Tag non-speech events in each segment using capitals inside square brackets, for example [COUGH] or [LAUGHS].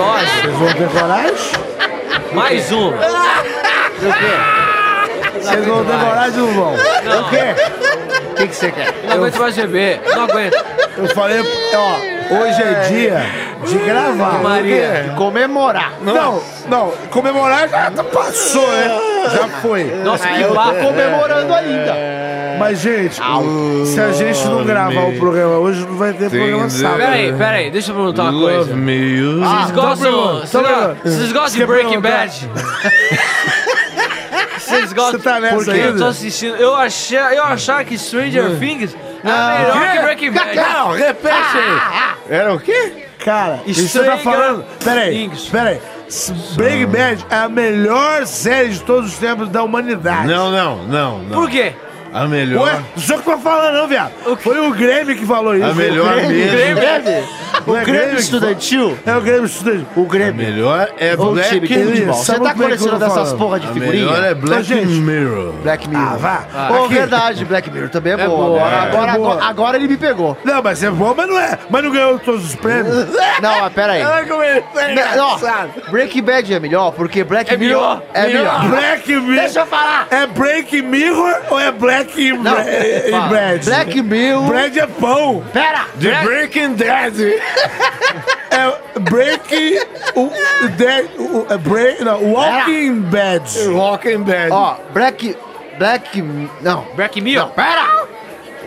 vão ter coragem? Mais uma. Do quê? Vocês vão ter coragem ou não vão? Não. O quê? O que que você quer? Não aguento mais beber. Não aguento. Eu, eu falei, ó, hoje é dia de gravar. Maria. De comemorar. Não, não, comemorar já passou, né? Já foi. É. Nossa, que Eu tá tô barco. comemorando ainda. Mas, gente, se a gente não gravar o programa hoje, não vai ter programa sábado. Peraí, peraí. Deixa eu perguntar uma coisa. me. Vocês gostam... perguntando, tô perguntando. Vocês gostam de Quer Breaking perguntar? Bad? Vocês gostam... Você tá nessa Porque ainda? Hum. eu tô assistindo... Eu, achei, eu achava que Stranger Things Ah. era melhor que Breaking Bad. Não, repete aí. Era o quê? Cara, isso você tá Stranger falando. Peraí, Things. peraí. Breaking Bad é a melhor série de todos os tempos da humanidade. Não, não, não, não. Por quê? A melhor. Ué, não sou eu que tá falando, não, viado. O quê? Foi o Grêmio que falou isso. A melhor O Grêmio, mesmo. Grêmio. O O Grêmio que Estudantil? fala. É o Grêmio estudante. O A Grêmio. melhor é Ô, Black time, que Ele futebol. Você sabe tá como é que eu tô colecionando essas falando. porra de A melhor figurinha? Então, é Black Ô, gente. Mirror. Black Mirror. Ah, vá. Ô, Aqui. verdade, Black Mirror também é, É boa. boa, Agora, é. agora, É boa. agora- agora ele me pegou. Não, mas é bom, mas não é. Mas não ganhou todos os prêmios. Não, mas pera aí. Olha como ele tá Não, engraçado. Né, Breaking Bad é melhor porque Black É Mirror melhor, é melhor. Black Mirror. Deixa eu falar. É Break Mirror ou é Black e Não, Bre- e fala. Bread? Black Mirror. Bread é pão. Pera! The Breaking Dead. É Break. o, de, o, é break não, walking Bad. Walking Dead. Ó, Black. Black. Não. Breaking Mirror? Pera!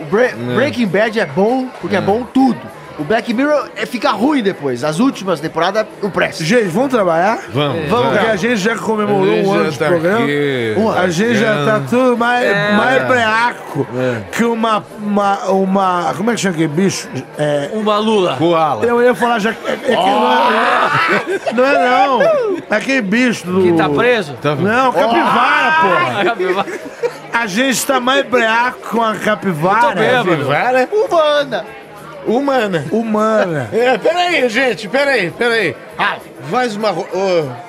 O Bre- Breaking Bad é bom porque é bom tudo. O Black Mirror é, fica ruim depois. As últimas temporadas, o presta. Gente, vamos trabalhar? Vamos, Vamos, Porque cara. a gente já comemorou um ano de programa. Um programa. A gente já tá tudo mais, É. mais breaco que uma, uma, uma. Como é que chama aquele bicho? É, Uma lula. Koala. eu ia falar já. É, é que não, é, não é não. Aquele bicho do. Que tá preso? um Tá bom. Não, é capivara, porra. Ah, capivara. A gente tá mais breaco com a Tô capivara bêbado. é, Vara Humana! né? humana. humana. É, peraí, gente, peraí, peraí. Ah, Faz uma. ro-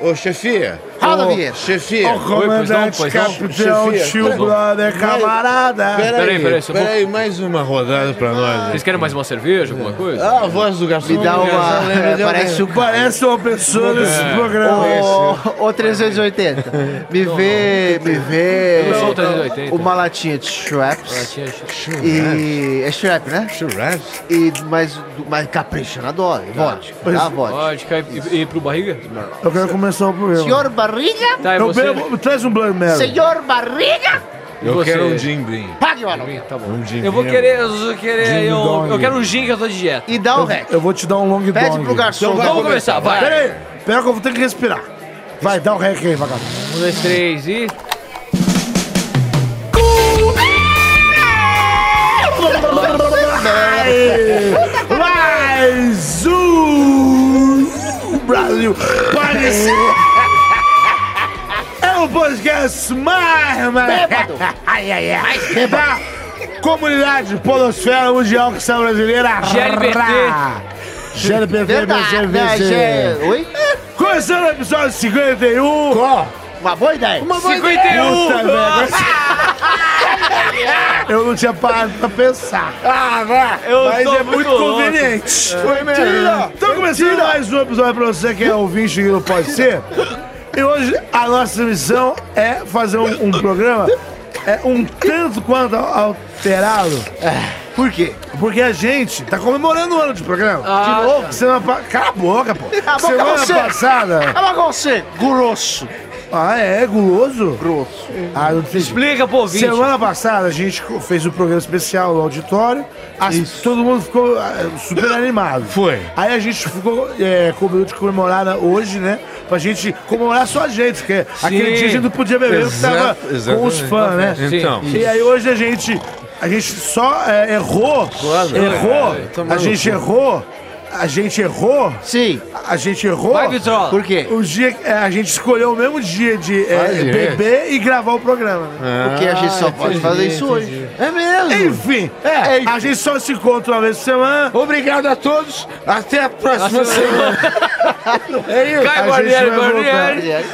Ô, ô, chefia. Roda a Ô, vinheta. Chefia. O comandante, pois não, pois não. capitão, Chefia, tio, peraí. brother, camarada. Peraí, Peraí, peraí, peraí, só um peraí, mais uma rodada pra nós. Vocês querem mais uma cerveja, alguma coisa? Ah, a voz do garçom. Me dá Garçom, uma. lembra é, de alguém? [LAUGHS] parece um. Parece uma pessoa nesse programa. Ô, ô 380, me vê, me vê Eu sou o 380. uma latinha de Shreps Tinha- e... é Shrep, né? Churrasco? E mais, mais capricha na tá, dose, vodka, dá vodka. Vodka e, e pro barriga? Eu quero começar o programa. Senhor Barriga, Tá, e eu você? bebo, traz um Blood Mary. senhor Barriga, Eu você? quero um Jim Beam. pague o aluguel. Tá bom. Um Jim Eu vou Beam. querer, eu vou querer, eu, Dong. eu quero um gin que eu tô de dieta. E dá o rec. Eu vou te dar um long dog. Pede pro garçom. Então dá Vamos um- começar, vai. Peraí, pera que eu vou ter que respirar. Vai, dá o um rec aí, vagabundo. Um, dois, três e... Mais um Brasil Parecido. É o podcast mais bêbado ai, ai, ai. da comunidade Podosfera Mundial que está brasileira. GLBT. GLBT, Verdade, né, GLBT. gente? Oi? Começando o episódio 51. Ó, É, uma boa ideia. Uma 51! Puta merda. [LAUGHS] Eu não tinha parado pra pensar. É. Ah, vai! Eu Mas tô é muito louco. conveniente. Foi mesmo. Então começando mais um episódio pra você que é ouvinte e não pode ser. E hoje a nossa missão é fazer um, um programa é, um tanto quanto al- alterado, É. Por quê? porque a gente tá comemorando o ano de programa. Ah, de novo? Semana pa... Cala a boca, pô. a boca, Semana você. passada. Olha lá você, É grosso. Ah, é? Guloso? Grosso. Ah, não sei. Explica pro ouvinte. Semana passada a gente co- fez um programa especial no auditório. As- todo mundo ficou ah, [LAUGHS] super animado. Foi. Aí a gente ficou é, combinou de comemorar na- hoje, né? Pra gente comemorar só a gente, porque aquele dia a gente não podia beber, porque tava Exato, exatamente. com os fãs, né? Sim. Então. E aí hoje a gente, a gente só é, errou, errou, É, tá a gente errou, a gente errou, Sim. a gente errou. Vai, Vitrola. Por quê? O dia, que- é, a gente escolheu o mesmo dia de é, Ah, é. beber e gravar o programa. Né? Porque a gente só pode fazer isso hoje. Ah, É mesmo. Enfim, É, enfim. a gente só se encontra uma vez por semana. Obrigado a todos. Até a próxima semana. É isso. Caio A gente Guarnieri, vai Guarnieri.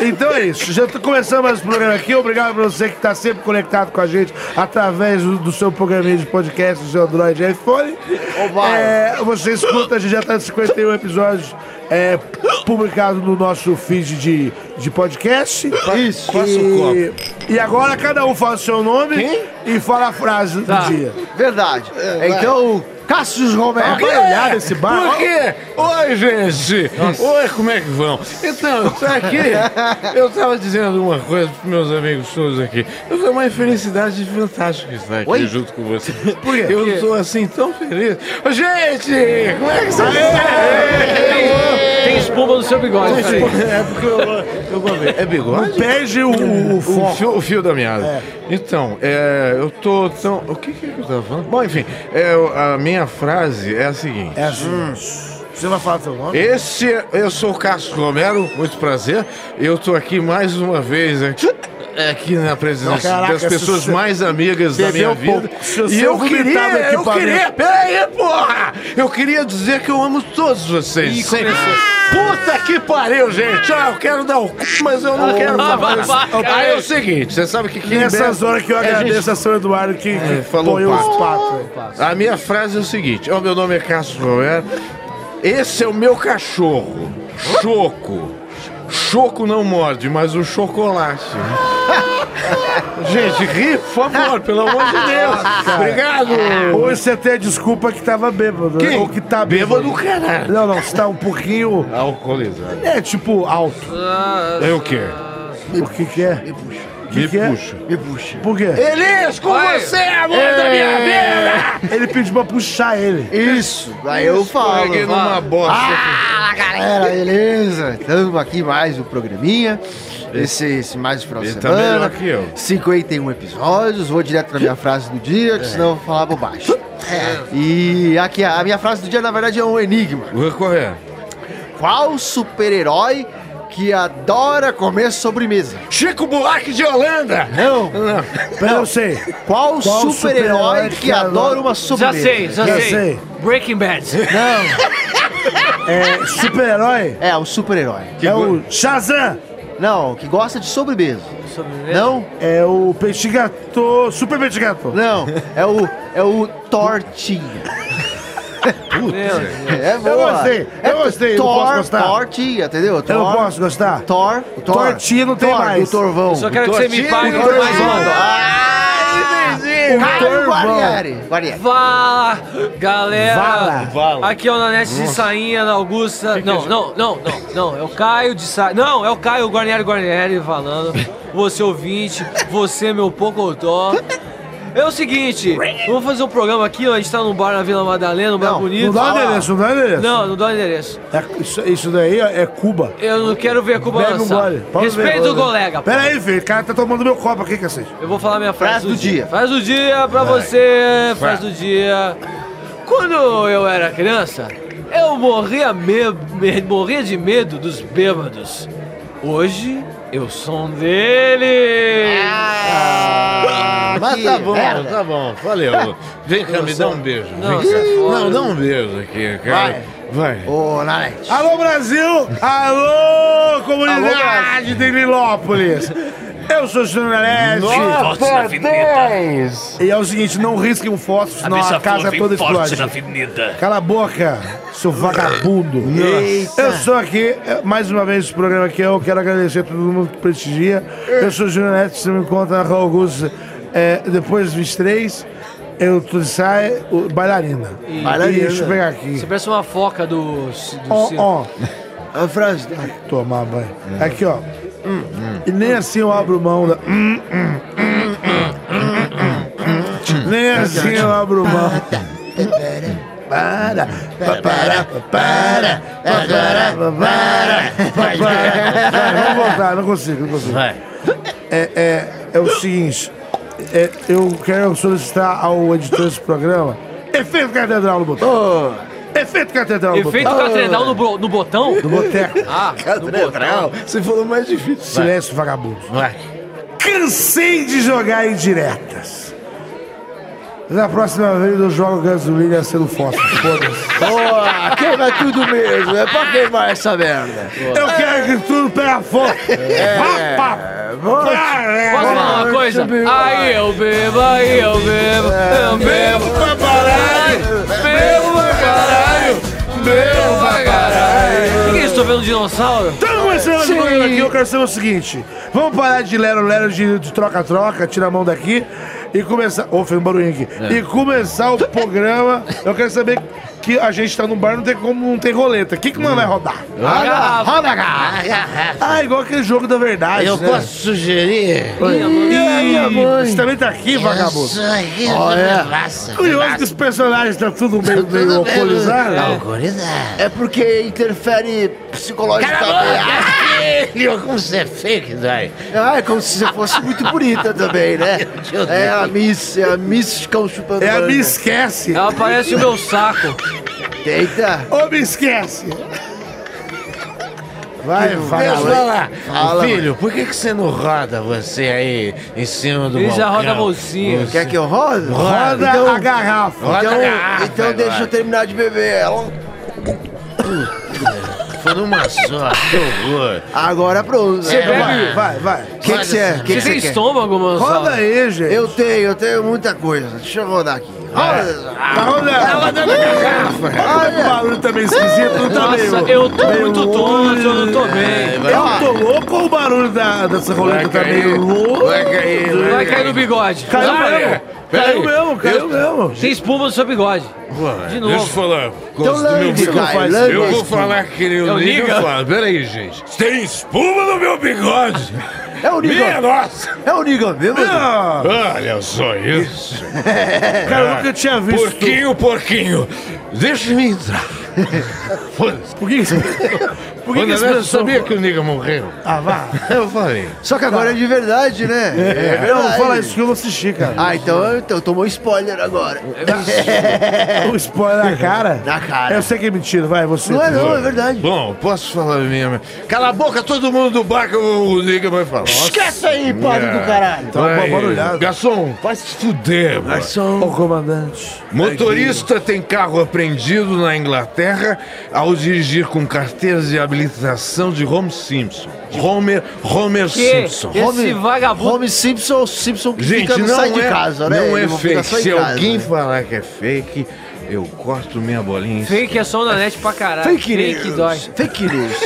Então é isso. Já tô começando mais o programa aqui. Obrigado pra você que tá sempre conectado com a gente através do, do seu programinha de podcast, do seu Android e iPhone. Ô, vai. É, você escuta, a gente já tá em 51 episódios é publicado no nosso feed de, de podcast. Isso. Faça o copo. E, e agora cada um fala o seu nome e fala a frase Tá. do dia. Verdade. Então, Cassius Romero. Vai olhar esse bar. Por quê? Oi, gente! Oi, como é que vão? Então, eu tô aqui. eu tava dizendo uma coisa pros meus amigos todos aqui. Eu tô uma felicidade fantástica de estar aqui Oi? junto com vocês. [LAUGHS] Por quê? Eu tô assim tão feliz. Ô, Gente! Como é que vocês Tem espuma no seu bigode, peraí. É porque eu, eu gravei. É bigode? Perde o, o O foco. fio, o fio da meada. Então, é, eu tô tão. O que, que é que eu tava falando? Bom, enfim, é, o- a minha frase é a seguinte. É assim. Você vai falar seu nome? Esse, eu sou o Cássio Romero, muito prazer. Eu tô aqui mais uma vez aqui, aqui na presença Caraca, das pessoas se você mais amigas da minha bebeu vida. pouco, se você é E eu vomitar queria, no eu equipamento. queria, peraí, porra! Eu queria dizer que eu amo todos vocês. sem- Puta que pariu, gente! Ah, eu quero dar o c, mas eu não quero Ah, falar isso. vai, vai, Aí é o seguinte, você sabe que quem Nessas bebe- horas que eu agradeço a São Eduardo que que falou põe os pato. patos. aí. A minha frase é o seguinte: ó, meu nome é Cássio Romero. Esse é o meu cachorro, Choco. Choco não morde, mas o chocolate. [LAUGHS] Gente, ri, por favor, pelo amor de [LAUGHS] Deus. Obrigado. Hoje você tem a desculpa que tava bêbado. né? Quem? Ou que tá bêbado. Bêbado, caralho. Não, não, você tá um pouquinho. Alcoolizado. É tipo alto. Ah, É o quê? O que que é? Me puxa. Que Me que é? puxa. Me puxa. Por quê? Elis, com Vai. você, amor É da minha vida! Ele pediu pra puxar ele. Isso. Aí Ah, eu falo. Escorreguei numa bosta. Fala galera, beleza? Estamos aqui mais um programinha. Esse, esse mais um final de ele tá semana. melhor que eu. 51 episódios. Vou direto na minha frase do dia, que É. senão eu vou falar bobagem. E aqui, a minha frase do dia, na verdade, é um enigma. Vou correr. Qual super-herói que adora comer sobremesa? Chico Buarque de Holanda. Não. Pera, eu sei. Qual, Qual super-herói super-herói que, que adora adora- uma Já sobremesa? sei, já, Já sei. sei. Breaking Bad. Não. É super-herói? É, o super-herói. É o Shazam! Não, que gosta de sobremesa. Não, É o Petit Gâteau, Super Petit Gâteau. não. É o, é o Tortinha. Meu Deus. É boa. gostei, eu É gostei, eu Thor, posso gostar. Thor, tia, entendeu? Thor, Eu não posso gostar? Thor, Thor. Tortinha não tem Thor, mais. O Torvão. Só quero que você me pague Tortinho, mais uma. Ah, entendi. Caio Torvão. Guarnieri. Guarnieri. Fala, galera. Vala. Vala. Aqui é o Nanete de Sainha, na Augusta. não, não, não, não, não. É o Caio de Sainha. Não, é o Caio Guarnieri Guarnieri falando. Você ouvinte, você meu pocotó. É o seguinte, vamos fazer um programa aqui, ó, a gente tá num bar na Vila Madalena, um bar Não, Não bonito. dá Fala. endereço, não dá endereço. Não, não dá o endereço. É- isso, isso daí é é Cuba. Eu não quero ver a Cuba Bebe um lançar. gole. Pode ver, Respeita pode o ver. colega. pô. Pera aí, filho. O cara tá tomando meu copo aqui, cacete. Eu vou falar minha frase, Frase do dia. Frase do dia pra você, frase do dia. Quando eu era criança, eu morria, me- me- morria de medo dos bêbados. Hoje, eu sou um deles. Mas Ah. Ah, Que tá bom, merda. tá bom. Valeu. Vem cá, me dá um beijo. Não, Vem cá. sai fora. não, dá um beijo aqui, cara. Vai. Ô, Nanete. Alô, Brasil! Alô, comunidade de Lilópolis! Eu sou o Júnior Nanete. Nossa, E é o seguinte, não risquem um fósforo, senão a, Cabeça casa flor toda vem forte explode. na avenida. Cala a boca, seu vagabundo. Eita. Eu sou aqui, eh, mais uma vez, esse programa aqui. Eu quero agradecer a todo mundo que prestigia. Eu sou o Júnior Neto, você me encontra na Rua Augusta eh, depois dos 23. Eu tô de saia, o- bailarina. Bailarina. E deixa eu pegar Você aqui. parece uma foca do, c- do Ó, circo. ó, A frase do tomar banho. Aqui, ó. E nem assim eu abro mão da. Nem assim eu abro mão. Para, para, para, para, para, para, para. Vamos voltar, não consigo, não consigo. Vai. É, é, é o seguinte, é, eu quero solicitar ao editor desse programa efeito catedral no botão. Efeito catedral no Efeito botão. catedral no, bro- no botão? Do boteco. Ah, no botão. tá Você falou mais difícil. Silêncio, vagabundo. Vai. Cansei de jogar indiretas. Na próxima vez eu jogo gasolina sendo fósforo. Foda-se. Boa, queima tudo mesmo. É pra queimar essa merda. [LAUGHS] Eu quero que tudo pega fogo. Vá, pá. Posso falar uma coisa? Ah. Aí eu bebo, aí eu bebo, É. eu bebo pra caralho, bebo pra caralho, bebo pra caralho. Ninguém tô vendo um dinossauro. Então, começando mais um Sim. programa aqui, eu quero saber o seguinte. Vamos parar de lero-lero, de de troca-troca, tira a mão daqui e começar... Ô, fez um barulhinho aqui. E começar o programa, eu quero saber que a gente tá num bar, não tem como, não tem roleta. O que que nós vai rodar? Ah, Roda, cara! Ah, igual aquele jogo da verdade, Eu né? posso sugerir? Oi. minha mãe. Você também tá aqui, vagabundo. é. Olha. Curioso que os personagens estão tudo meio, né? meio né? alcoolizados. Algorizado. É porque interfere Tá psicologicamente. Caralho, como você é fake, Dai. Ah, é como se você fosse muito bonita [LAUGHS] também, né? Deus É a Miss, é a Miss Cão Chupando. É, manga. me esquece. Ela parece o meu saco. Eita, Ô, me esquece. Vai, vai. Deixa eu falar. Fala, Filho, por que, que você não roda você aí em cima do Ele já roda a balcão? bolsinha. Você- quer que eu rode? Ah, Roda Então- a garrafa. Roda a Então, garrafa então deixa eu agora. terminar de beber ela. Foi numa só, que horror. Agora pronto. Você É, bebe? Vai, vai, vai. O que que você é? O Você que que tem você quer? estômago, mano? Roda aí, gente. Eu tenho, eu tenho muita coisa. Deixa eu rodar aqui. Roda. Tá rodando. Tá é rodando a garrafa. Olha o barulho também esquisito, não tá Nossa, meio... eu tô meio muito louco. É, tonto, eu não tô bem. Eu tô louco ou o barulho da, dessa roleta tá meio louco? Vai cair, É, vai, Vai cair no bigode. Caiu Vai, mesmo. Caiu mesmo, caiu mesmo. Tem espuma no seu bigode. De novo. Deixa eu falar. Então Gosto do meu lambe, bico cara, faz- lambe Eu esse vou bico. falar que nem Eu o Nico liga. eu falo. Pera aí, gente. Tem espuma no meu [LAUGHS] bigode. É o Nico. Minha nossa. É o Nico, viu? Ah, Olha só isso. É. cara, eu nunca tinha visto. Porquinho, porquinho. Deixa eu entrar. Foda-se. Por que isso? Por que, [LAUGHS] que Quando né? esse eu pessoal... sabia que o Niga morreu. Ah, vá. Eu falei. Só que agora é de verdade, né? É, não, fala isso que eu vou assistir, cara. Ah, então, então tomou spoiler agora. É O Um spoiler na cara. [LAUGHS] Na É. cara. Eu sei que é mentira, vai, você. Não é [LAUGHS] não, é verdade. Bom, posso falar mesmo? Cala a boca, todo mundo do bar que o o Niga vai falar. Esquece aí, padre Yeah. do caralho. Tá uma Vai, barulhada. Garçom, vai se fuder, mano. Ô, comandante. Motorista tem carro apreendido na Inglaterra ao dirigir com carteiras de habilitação de Homer Simpson. Homer, Homer Que Simpson. esse vagabundo. Home Simpson, Simpson que Gente, fica, não, não sai é, de casa, né? não é Ele fica fake. só em Se casa, alguém né? falar que é fake, eu corto minha bolinha. em Fake é som da net pra caralho. Fake news. Fake dói. Fake news.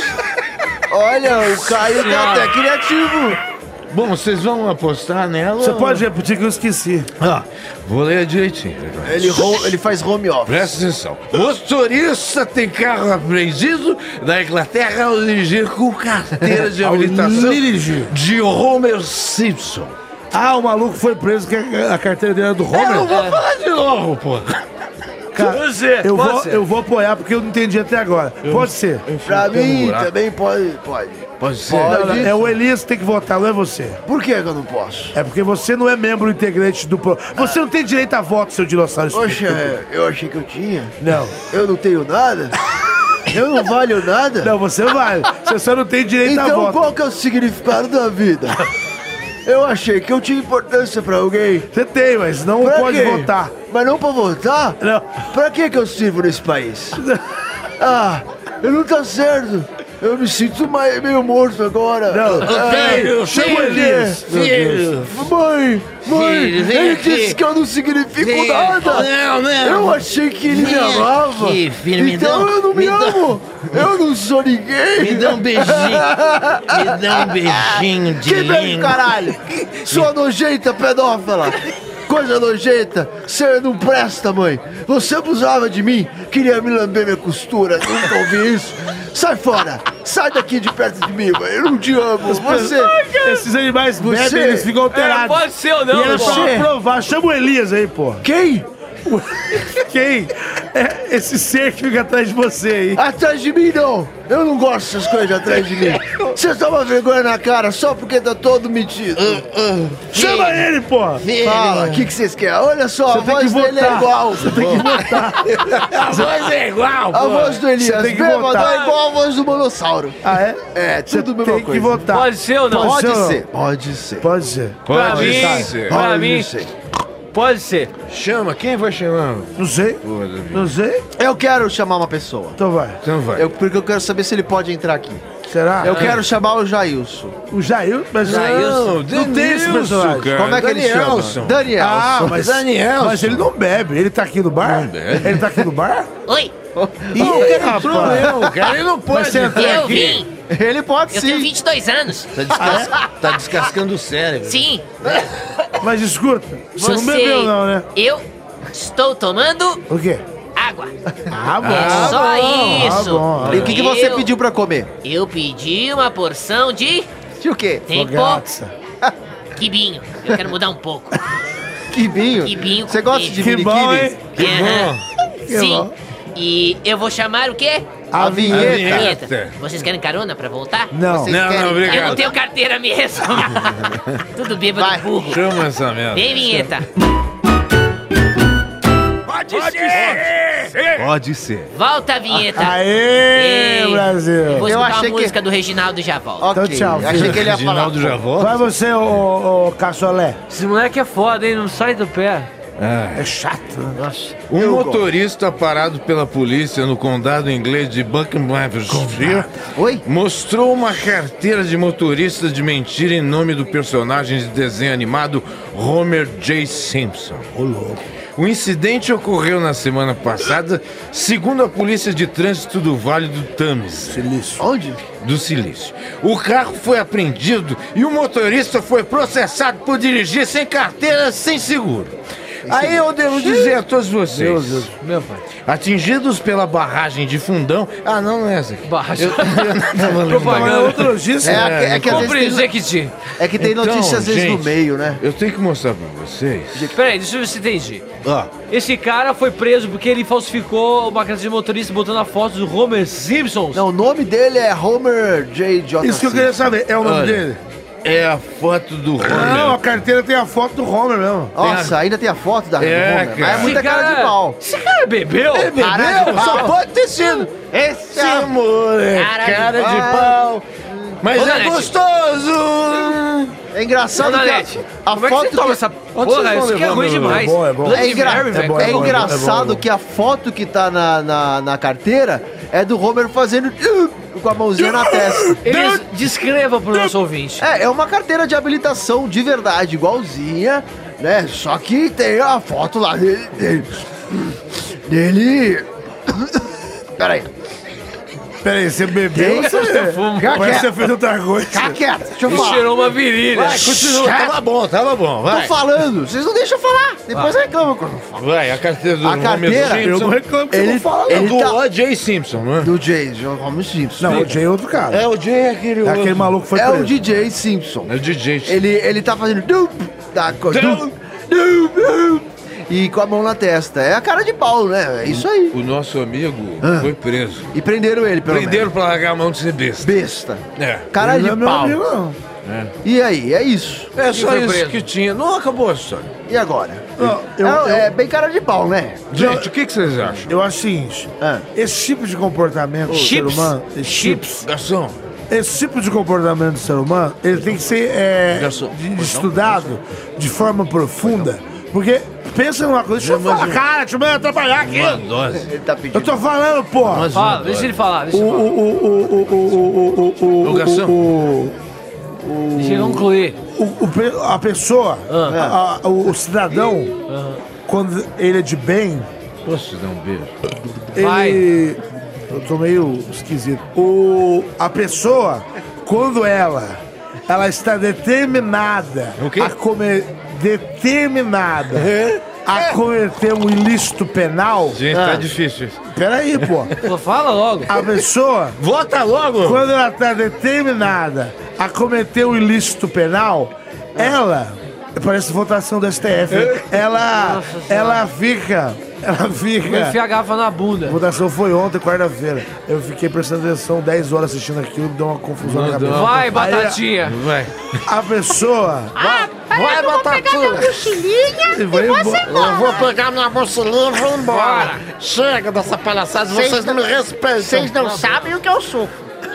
Olha, o Caio tá até criativo. Bom, vocês vão apostar nela? Você pode repetir que eu esqueci. Ah, vou ler direitinho. Ele, ro- ele faz home office. Presta atenção. Motorista tem carro apreendido na Inglaterra ao dirigir com carteira [LAUGHS] de Ao habilitação dirigir. de Homer Simpson. Ah, o maluco foi preso que a a carteira dele era do Eu não Homer. vou falar de novo, porra. Cara, Você, eu, pode vou, ser. eu vou apoiar porque eu não entendi até agora. Pode ser. Pra mim, um buraco. também pode, pode. Pode ser. Pode. Não, É o Elias que tem que votar, não é você. Por que que eu não posso? É porque você não é membro integrante do pro. Você não tem direito a voto, seu dinossauro. Poxa, é, eu achei que eu tinha. Não. Eu não tenho nada. Eu não valho nada. Não, você vale. Você só não tem direito a Então voto. qual que é o significado da vida? Eu achei que eu tinha importância pra alguém. Você tem, mas não Pra pode quê? votar. Mas não pra votar? Não. Pra que que eu sirvo nesse [LAUGHS] país? Ah, eu não tá certo. Eu me sinto mai- meio morto agora. Ah. Não. Filho, Chama o filho, Elias. Meu Deus. filho. Mãe, mãe, Filho, vem ele aqui. disse que eu não significo Vem. nada. Não, não. Eu achei que ele me Vem amava. aqui, filho, me então dá um- eu não me, me dá- amo. Eu não sou ninguém. Me dá um beijinho. Me dá um beijinho de Que beijo, língua. caralho! Sua nojenta pedófila! Coisa nojenta! Você não presta, mãe! Você abusava de mim, queria me lamber minha costura, nunca ouvi isso! Sai fora! Sai daqui de perto de mim, mãe! Eu não te amo! Você. Esses animais bebem, Você- eles ficam É, alterados. pode ser ou E não, era só você- aprovar. Chama o Elias aí, pô. Quem? Quem? É esse ser que fica atrás de você aí. Atrás de mim não! Eu não gosto dessas coisas atrás de mim! Você toma vergonha na cara só porque tá todo metido! Chama ele, pô. Fala, o que que vocês querem? Olha só, a tem voz que dele é votar. igual! A voz é igual, A voz do Elias tem que Bêbado votar. é igual a voz do Manossauro! Ah, é? É, Você tudo a mesma tem que coisa. votar. Pode ser ou não? Tá. Pode Pode ser. ser. Pode ser. Pode ser. Pra Pode mim, ser. pra mim, ser. pode ser. Chama, quem vai chamando? Não sei. Não sei. Eu quero chamar uma pessoa. Então vai. Então vai. Eu, porque eu quero saber se ele pode entrar aqui. Será? Eu quero chamar É o Jailson. O Jair, mas Não, não tem esse personagem. cara. Como é que ele Danielson. chama? Danielson. Ah, mas, Daniel. mas ele não bebe. Ele tá aqui no bar? Não bebe. Ele tá aqui no bar? Oi, Ih, rapaz. Não, cara, ele não pode. né? Mas você entrou Eu vim, Ele pode eu tenho sim. 22 anos. Tá, descas- tá descascando o cérebro. Sim, Mas escuta, você. você não bebeu, não, né? Eu estou tomando O quê? água. Ah, bom. Só bom, isso. Ah, bom. E o que, que você Eu- pediu pra comer? Eu pedi uma porção de De o quê? tempo Fogaça. quibinho. Eu quero mudar um pouco. Quibinho. Quibinho Você com gosta queijo. de Que bom, miniquibis? hein? Aham. Sim. bom. E eu vou chamar o quê? A vinheta. vinheta. Vinheta. Vinheta. Vocês querem carona pra voltar? Não. Vocês Não, querem- não, Eu não obrigado. tenho carteira mesmo. Tudo bêbado Vai. burro. Chama essa merda. Vem, vinheta. Pode ser. Volta a vinheta. Aê, Ei, Brasil. Vou Eu escutar a achei que- música do Reginaldo e já volto. Ok, Então, tchau, Achei filho. que ele ia falar. Reginaldo já volta? Vai você, ô, ô, ô Caçolé. Esse moleque é foda, hein? Não sai do pé. É chato, né? Nossa. Um motorista parado pela polícia no condado inglês de Buckinghamshire Oi? mostrou uma carteira de motorista de mentira em nome do personagem de desenho animado Homer J. Simpson. O incidente ocorreu na semana passada, segundo a polícia de trânsito do Vale do Tâmisa. Onde? do silício. O carro foi apreendido e o motorista foi processado por dirigir sem carteira, sem seguro. Aí eu devo dizer a todos vocês, Meu pai. atingidos pela barragem de fundão. Ah, não, não é essa aqui. Barragem. Eu, [LAUGHS] eu não tava lembrando. Mas é Propaganda. outro disso, É, né? é, que- é que às Comprei vezes tem, Jequiti. é que tem Então, notícia às vezes no gente. meio, né? Eu tenho que mostrar pra vocês. Peraí, deixa eu ver se entendi. Esse cara foi preso porque ele falsificou uma carteira de motorista botando a foto do Homer Simpson. Não, o nome dele é Homer J. J. Isso que eu queria saber. É o nome dele? É a foto do Não, a Homer. carteira tem a foto do Homer mesmo. Nossa, ainda tem a foto da É, Homer. Mas cara. é muita cara de pau. Esse cara bebeu? Cara de pau. pode ter sido. Esse Ah, Sim, é... amor, é Cara de cara de pau. Mas Ô, é Nanete. gostoso. é engraçado Dona que a, Nete, a Como é que foto você toma que- essa Onde vocês porra? estão Isso aqui é ruim levando? demais. É bom, é bom. Bloody É, engra- Mary, é velho. bom, é bom, é bom, engraçado é bom. que a foto que tá na, na, na carteira é do Homer fazendo uh, com a mãozinha na testa. Eles descreva pro nosso ouvinte. É, é uma carteira de habilitação de verdade, igualzinha, né? Só que tem a foto lá dele. dele. dele- [COUGHS] Peraí. Peraí, você bebeu? Tem- Você... Parece é que é você fez outra coisa. Fica quieto, deixa eu Ele falar. cheirou uma virilha. Vai, continua. Tava bom, tava bom. Tô Vai. falando, vocês não deixam eu falar. Depois reclamam quando eu falo. Vai, a carteira do A Homer carteira, Eu não Simpson. reclamo que Ele- você não fala, não. ele- do tá- O.J. Simpson, não é? Do Jay, Homer Simpson. Não, o Jay é outro cara. É o J. aquele É outro. aquele maluco que foi é preso. o DJ Simpson. É o DJ. Ele, ele tá fazendo. dup, da co- dup, dup, dup, E com a mão na testa. É a cara de pau, né? É isso aí. O nosso amigo foi preso. E prenderam ele, pelo Prenderam pra largar a mão de ser besta. menos. Besta. É. Cara Ele não de é meu pau. amigo, não. E aí, é isso. É E só foi isso preso. que tinha. Não acabou a história. E agora? Não, eu- é, eu- é bem cara de pau, né? Gente, o que, que vocês acham? Eu acho o seguinte, Ah. esse tipo de comportamento do ser Chips. humano, esse tipo, Chips. Garçom, esse tipo de comportamento do ser humano, ele tem que ser é, Garçom, de- estudado de forma profunda, porque pensa numa coisa, deixa eu falar, cara, deixa eu me atrapalhar aqui. uma dose. Ele tá Eu pedindo. tô falando, porra. Mas uma Fala, dose. deixa ele falar. Deixa O, o, ele falar. o, o, o, o, o, o, Ô, garçom. o, o, Deixa ele concluir. o- o pe- a pessoa, Ah. a- a- o, o cidadão, quando ele é de bem, Posso te dar um beijo? ele. Eu tô meio esquisito. O, a pessoa, quando ela, ela está determinada O quê? É. a comer. Determinada a cometer um ilícito penal. Gente, tá difícil. Peraí, pô. Pô, Fala logo. A pessoa, Vota logo! quando ela está determinada a cometer um ilícito penal, Ah. ela. Parece votação do STF. É. hein? Ela. Ela fica. Ela Vou fica. enfiar a garrafa na A bunda. votação foi ontem, quarta-feira. Eu fiquei prestando atenção 10 horas assistindo aquilo, me deu uma confusão na Não, cabeça. não. Vai, Aí, batatinha. Vai. A pessoa. Vai, Batatinha! Ele vai embora. Eu vou pegar minha mochilinha e vou embora. Chega dessa palhaçada, vocês não me respeitam. Vocês não sabem o que eu sou. Tá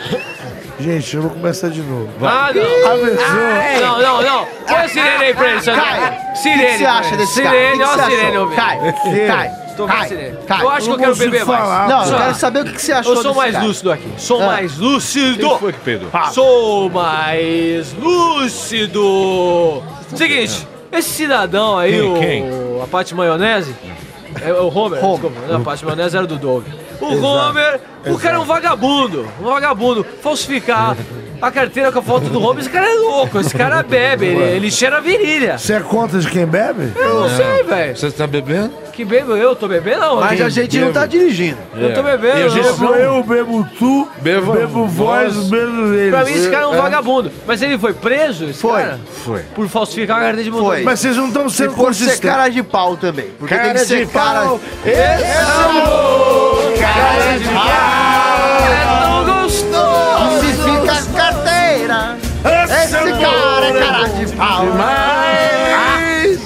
Gente, eu vou começar de novo. Ah, não. A pessoa. Não, não, não. Põe a sirene aí pra ele, Caio, Sandro. o que Sirene. que você acha desse Sirene, ó a cara? O que que você sirene, achou? ouvindo. Cai, Que? cai, Tô vendo a cai, sirene. cai. Eu acho que eu quero consigo beber mais. falar. Não, eu Só- quero saber o que que você achou Eu sou desse mais cara. lúcido aqui. Ah. Sou mais lúcido. Quem foi que peidou? Sou mais lúcido. Seguinte, esse cidadão aí, Quem, o quem? a parte maionese, é o Homer, Homer. desculpa, não, a parte maionese era do Doug. O Homer, o cara é um vagabundo, um vagabundo. Falsificar a carteira com a foto do Homer, esse cara é louco, esse cara bebe, ele, ele cheira a virilha. Você é contra de quem bebe? Eu É. não sei, velho. Você tá bebendo? Que bebo eu? Tô bebendo? Não, Mas a gente não tá dirigindo. Eu tô bebendo, E a gente eu- Bebo eu, bebo tu, Bebo- bebo, voz, voz. bebo eles. Pra mim, esse cara é um vagabundo. Mas ele foi preso, esse Foi. cara? Foi. Por falsificar a carteira de motorista. Foi. Mas vocês não estão Se sendo for ser consistentes. cara de pau também. Porque tem que ser de cara. pau, esse Cara de É tão gostoso! Falsifica as carteiras. é um Esse cara é cara de pau.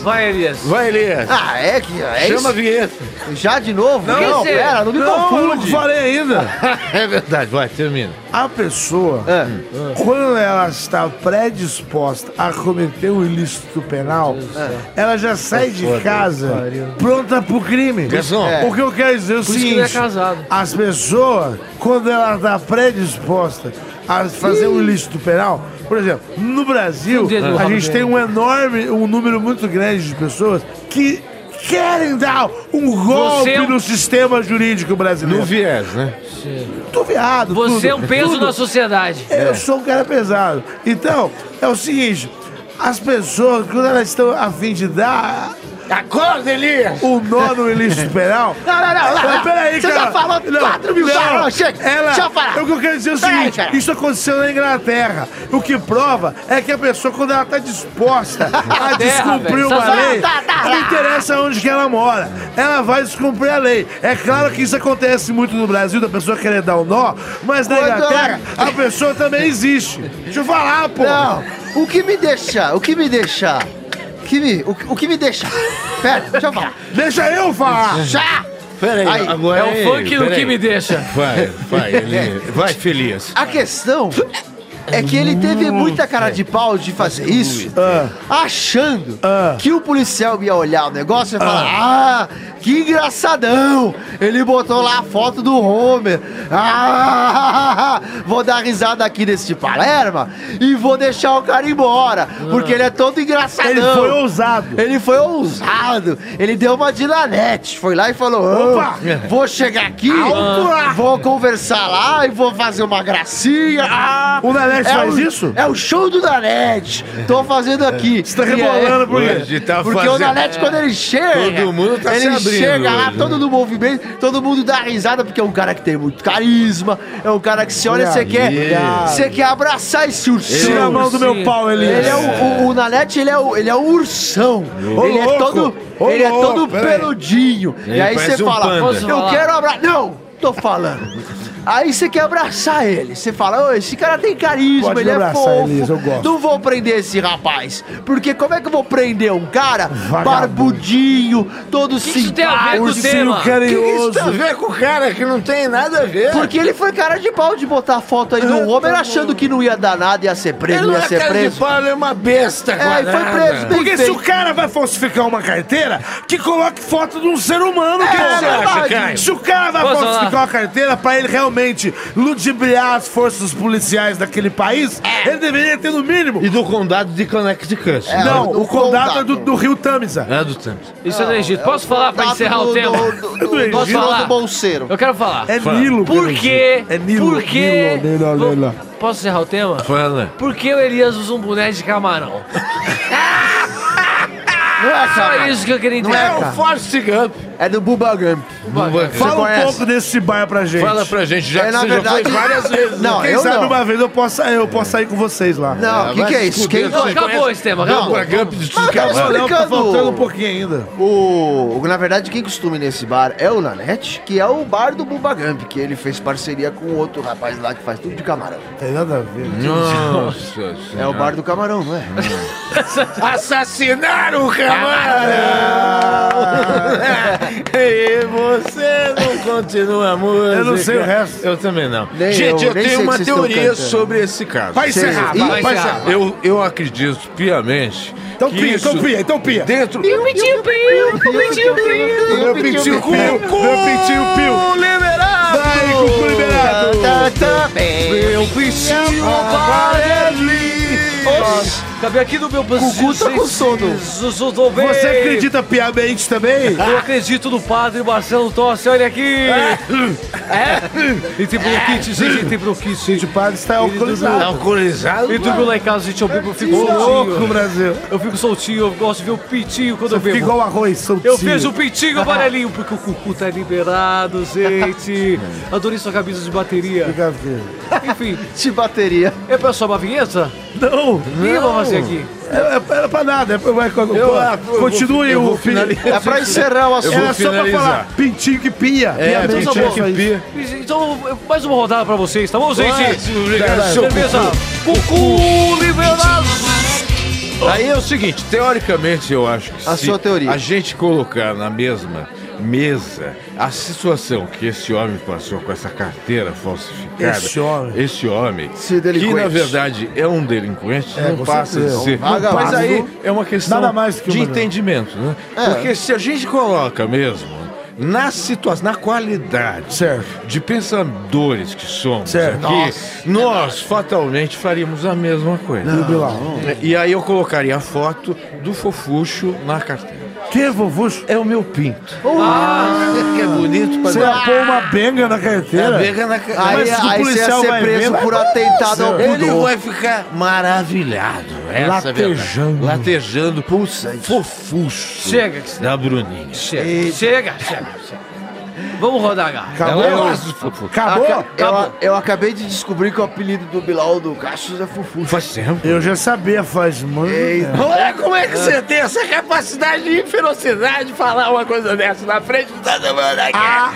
Vai, Elias. Vai, Elias. Ah, é que. É Chama a isso? vinheta. Já de novo? Não, Quer dizer, pera, não me Não, eu não confunde. falei ainda. É verdade, vai, termina. A pessoa, Ah, quando ela está predisposta a cometer o ilícito penal, ela já É sai de casa pronta pro crime. Garçom, É. O que eu quero dizer é o isso que não é seguinte: casado. as pessoas, quando ela está predisposta a fazer o ilícito penal, por exemplo, no Brasil, dedo no a rabo gente dele. tem um enorme, um número muito grande de pessoas que querem dar um golpe Você é um- no sistema jurídico brasileiro. no viés, né? Tô viado, Você tudo, é um peso tudo. na sociedade. É. Eu sou um cara pesado. Então, é o seguinte: as pessoas, quando elas estão a fim de dar Acorda, Elias! o nó no ilícito penal. [LAUGHS] Não, não, não, não, Mas não. peraí, Você cara. já falou quatro mil vezes. Não, chega. Ela, Deixa eu falar. O que eu quero dizer é o Peraí, seguinte: cara. isso aconteceu na Inglaterra. O que prova é que a pessoa, quando ela tá disposta [LAUGHS] Terra, a velho. descumprir uma Só- lei, Tá, tá, tá. não interessa onde que ela mora, ela vai descumprir a lei. É claro que isso acontece muito no Brasil, da pessoa querer dar o nó, mas na Quando ela- Inglaterra a pessoa também existe. Deixa eu falar, pô. Não, o que me deixa, o que me deixa, o que me, o, que- o que me deixa, pera, deixa eu falar, Deixa eu falar. já, Peraí, Aí, agora É o ei, funk do peraí. que me deixa. Vai, vai, Elias. Vai, Felias. a questão é que ele teve muita cara de pau de fazer isso, achando Ah. que o policial ia olhar o negócio e ia falar, ah, que engraçadão, ele botou lá a foto do Homer, ah, [LAUGHS] vou dar risada aqui desse Palerma e vou deixar o cara embora, porque ele é todo engraçadão. Ele foi ousado. Ele foi ousado, ele deu uma de lanete, foi lá e falou: Opa! Opa, vou chegar aqui, Alto lá! vou conversar lá e vou fazer uma gracinha. Ah, O Nanete é faz isso? Tá É o show do Nanete, tô fazendo aqui. é Você tá [LAUGHS] rebolando por quê? Hoje tá Porque o fazendo... Nanete, quando ele chega, Todo mundo tá se ele abrindo chega lá, hoje, todo no movimento, todo mundo dá risada, porque é um cara que tem muito carisma, é um cara que se olha e você quer, Olha. é você quer abraçar esse ursinho. Tira a um mão do meu pau, Elias. Ele é o, o, o Nanete, ele é o, ele é o ursão. Ô, ele é louco. todo, Ô, ele é louco, todo peraí. peludinho. Ele e aí parece você um fala, panda. eu quero abraçar. Não, tô falando. Aí você quer abraçar ele. Você fala, "Ô, esse cara tem carisma, Pode ele é abraçar, fofo. Elias, eu gosto." Não vou prender esse rapaz. Porque como é que eu vou prender um cara Vagabundo. barbudinho, todo que isso tem a ver com simpático? o tema? Ursinho Que carinhoso. a ver com o cara que não tem nada a ver? Porque ele foi cara de pau de botar a foto aí É, do Homer tá achando que não ia dar nada, ia ser preso, não ia ser preso. pau, ele é uma besta É, e foi preso, bem Porque se feito. o cara vai falsificar uma carteira, que coloque foto de um ser humano, você cara. acha, Caio? Se o cara vai Posso falsificar falar? uma carteira pra ele realmente ludibriar as forças policiais daquele país, ele deveria ter no mínimo. E do condado de Connecticut. É, Não, do o condado é do, condado. do Rio Tamisa. É do Tampa. Isso é do Egito. Posso falar pra encerrar o tema? Do, do, do, Do do, Egito. do bolseiro. Eu quero falar. É Nilo. Por pelo quê? jeito. É Nilo. Por quê? Nilo, Nilo, Nilo. Vou- Posso encerrar o tema? Fala. Por que o Elias usa um boné de camarão? Não é, Só cara. isso que eu queria entender. é, o cara. Forrest Gump. É do Bubba Gump. Fala conhece? um pouco desse bar pra gente. Fala pra gente, já É, que na você já verdade- foi várias vezes. né? Não, Quem eu sabe não. uma vez eu posso, sair- eu posso sair com vocês lá. Não, o que, vai que é se isso? fuder, Quem você Acabou conhece- esse tema, Não, é acabou. Bubba Gump de Mas eu tava Cavalo. Não, tá explicando. faltando um pouquinho ainda. O, na verdade, quem costuma ir nesse bar é o Nanete, que é o bar do Bubba Gump, que ele fez parceria com outro rapaz lá que faz tudo de camarão. Tem nada a ver. né? Nossa É o bar do camarão, não é? Assassinaram o Ah, camarão! [LAUGHS] e você não continua a música. Eu não sei o resto. Eu também não. Nem Gente, eu, eu nem sei tenho o que uma vocês estão teoria cantando. sobre esse caso. Vai Sei. encerrar, Ih, vai vai encerrar. encerrar. Eu, eu acredito piamente. Então que pia, isso então pia, então pia. Dentro. Meu pintinho piu, meu pintinho piu. liberado! Vai, cucu liberado. Tá, tá, bem. Meu pintinho Aparelho. Oxi. Acabei aqui do meu Gugu tá com sono. Você Você acredita piamente [LAUGHS] também? Eu acredito no padre Marcelo Tossi, olha aqui! É? E tem bronquite, gente, tem bronquite. Gente, o padre está Tá alcoolizado. alcoolizado? E dormiu lá em casa, gente, eu bebo, eu fico Ô, louco, soltinho. Brasil. Eu fico soltinho, eu gosto de ver o pitinho quando eu Fica bebo. igual arroz, soltinho. Eu vejo o pintinho amarelinho, porque o cucu tá liberado, gente. Adorei sua camisa de bateria. Fica aqui. Enfim, De bateria. é pra só uma vinheta? Não, O que eu vou fazer aqui? é, é, era pra nada. é pra- vai- pô, continue eu o vou filho. finalizar. É pra encerrar o assunto. vou Era É só pra finalizar. falar, pintinho que pia. É, mesmo, mentira só que isso. pia. Então, eu- mais uma rodada pra vocês, tá bom, gente? Obrigado, seu Cerveja, cucu liberado! Aí é o seguinte, teoricamente eu acho que A se sua teoria. a gente colocar na mesma mesa a situação que esse homem passou com essa carteira falsificada, Esse homem. esse homem, Esse que delinquente. na verdade é um delinquente, É, não com passa certeza, de um ser. vagabundo. Mas aí é uma questão Nada mais que de uma- entendimento, né? É. Porque se a gente coloca mesmo na situação, na qualidade Certo. de pensadores que somos Certo. aqui, nós fatalmente faríamos a mesma coisa. Do Bilal. E aí eu colocaria a foto do fofucho na carteira. Que vovucho? É o meu pinto. Hum, que é bonito pra Você ia pôr uma benga na carteira? na ca- Aí, Mas se o aí você ia policial ser vai preso ver, por vai- atentado ao Ele pudor. vai ficar maravilhado. Essa é a verdade. Latejando. Latejando. Pulsante. Fofucho. Chega, que isso- Da Bruninha. chega, chega, chega. chega. Vamos rodar a garra. Acabou? Ela gosta de fofucho. Acabou? Aca- Eu, eu acabei de descobrir que o apelido do Bilal do Cassius é Fufu. Faz tempo. Eu já sabia faz muito. Eita. tempo. Olha como é que você tem essa capacidade de ferocidade de falar uma coisa dessa na frente de todo mundo aqui. Ah,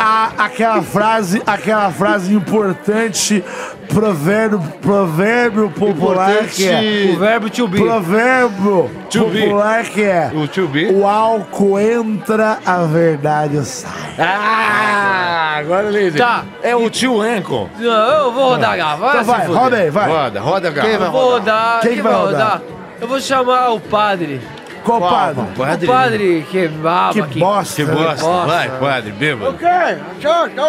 A, a- aquela frase, aquela frase importante, provérbio, provérbio popular que é. O verbo to be. Provérbio To be. popular que é. O tio B. O álcool entra, a verdade sai. Ah, agora ele. Tá. É o tio Ancon. Não, eu vou rodar a garra. Vai, Então se vai, fuder. roda aí, vai. Roda, roda, Quem vai garrafa. Vou rodar. Quem Quem vai vai rodar? rodar? Eu vou chamar o padre. Qual padre? O padre que Que baba aqui. bosta. Que né? bosta. bosta. Vai, padre, bêbado.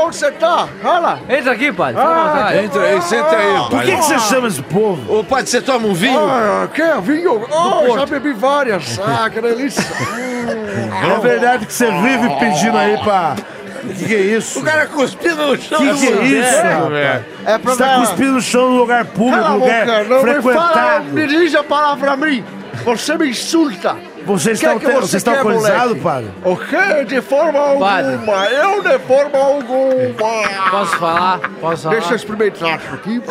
Onde você tá? Fala. Entra aqui, padre. Fica à vontade. Entra aí, senta aí. Por que, que você chama esse povo? Ô, padre, você toma um vinho? Ah, quer vinho? Oh, já bebi várias. Ah, que delícia. É verdade que você vive pedindo aí pra. O que, que é isso? O cara cuspindo no chão. Assim, né, Que que é isso, rapaz? velho? [LAUGHS] É Você tá cuspindo no chão no lugar público, Cala a num lugar boca, não me fala, frequentado. me dirija a palavra pra mim. Você me insulta. Você Que é está, que você você está quer, alcoolizado, moleque? padre? O quê? De forma alguma. Padre. Eu de forma alguma. Posso falar? Posso falar? Deixa eu experimentar isso aqui.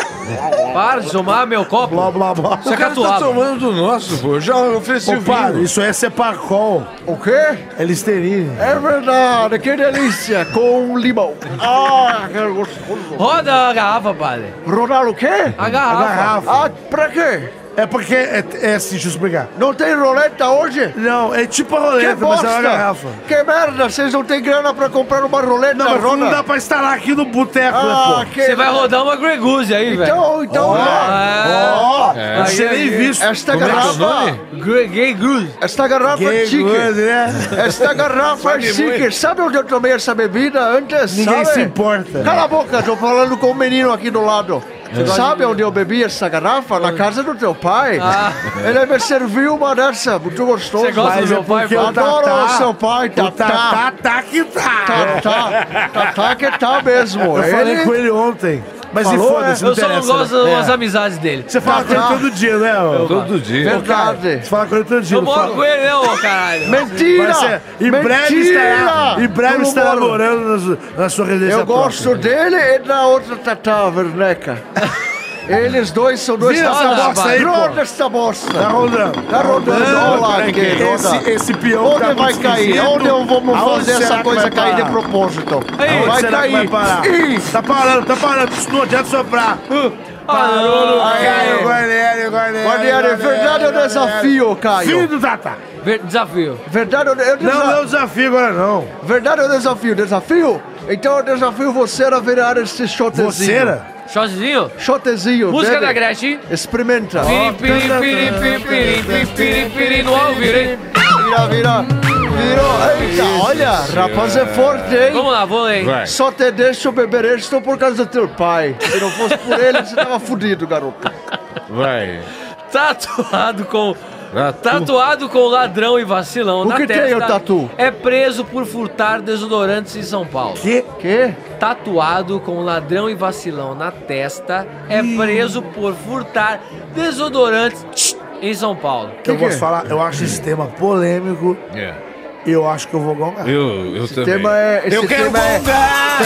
Para de tomar meu copo. Blá, blá, blá. Esse cara tá Catuaba. tomando do nosso, pô. Eu Já ofereci o Ô, padre, vinho. isso é sepacol. O quê? É listerine. É verdade, que delícia, com limão. Ah, que gostoso. Roda a garrafa, padre. Rodar o quê? A garrafa. garrafa. Ah, pra quê? É porque. É, é assim, deixa eu explicar. Não tem roleta hoje? Não, é tipo a Que roleta, mas bosta! é uma garrafa. Que merda, vocês não têm grana pra comprar uma roleta, Não, mas roda. não dá pra instalar aqui no boteco, Ah, né, pô? que... Você vai rodar uma Grey Goose aí, velho. Então, então... Ah, Ó, É. você nem visto. Esta Como é que é o garrafa... nome? Grey, Grey Goose. Esta garrafa é Que coisa, chique. né? Esta garrafa é Sabe chique. muito. Sabe onde eu tomei essa bebida antes? Ninguém sabe? se importa. Cala a boca, tô falando com o menino aqui do lado. Você sabe onde eu bebi essa garrafa? Na casa do teu pai. Ah. Ele me serviu uma dessa, muito gostoso. Você gosta Mas do é meu pai, porque pô? o Adoro Tatá- seu pai, Tá, Tatá. tá, tá que tá. Tatá, Tatá que tá mesmo. Eu falei com Ele... ele ontem. Mas se Falou, foda-se, não Eu só não interessa. gosto né? das amizades dele. Você fala com ele Tatá. todo dia, né? ô? é Todo dia. Você é Verdade. fala com ele todo dia. Eu não moro fala- com ele, né, ô caralho? Vai Mentira! ser- em breve Mentira! estará, em breve Eu não estará moro. morando na su- na sua residência Eu gosto própria. dele e da outra Tatá, Verneca. Eles dois são dois Vira essa Tatás. bosta aí, pô. Roda essa Tá bosta. rodando. Tá rodando. Olha lá, que roda. Esse, esse peão tá Onde muito vai cair? esquisito. Onde eu vou Aonde fazer será essa que coisa vai cair de parar? propósito? Aí, Onde Vai será que vai cair. parar? Ih, Tá parando, tá parando. Isso Não adianta soprar. Ah, Aí, Caio, Guarnieri, Guarnieri. Guardiani, é verdade ou desafio, Filho Caio? do Tata. não. Ver- Desafio. Verdade ou eu Não, não é desa- o desafio agora, não. Verdade ou desafio? Desafio? Então eu desafio você a virar esse shotezinho. Você era? Shotzinho? Shotezinho. Música dele. da Gretchen. Experimenta. Piri, piri, piri, piri, piri, piri, piri, piri, no alvir, hein? Vira, vira. Virou. Eita, olha, rapaz é forte, hein? Vamos lá, vou ler. Vai. Só te deixo beber isto por causa do teu pai. Se não fosse por ele, você tava fudido, garoto. Vai. tatuado com. Tatu. Tatuado com ladrão e vacilão O na que tem testa. o tatu? É preso por furtar desodorantes em São Paulo. Que? Quê? Tatuado com ladrão e vacilão na testa, é preso por furtar desodorantes em São Paulo. eu que posso é? falar, eu acho esse tema polêmico É. e eu acho que eu vou gongar. Eu, eu também. tema é- esse eu quero tema é- gongar!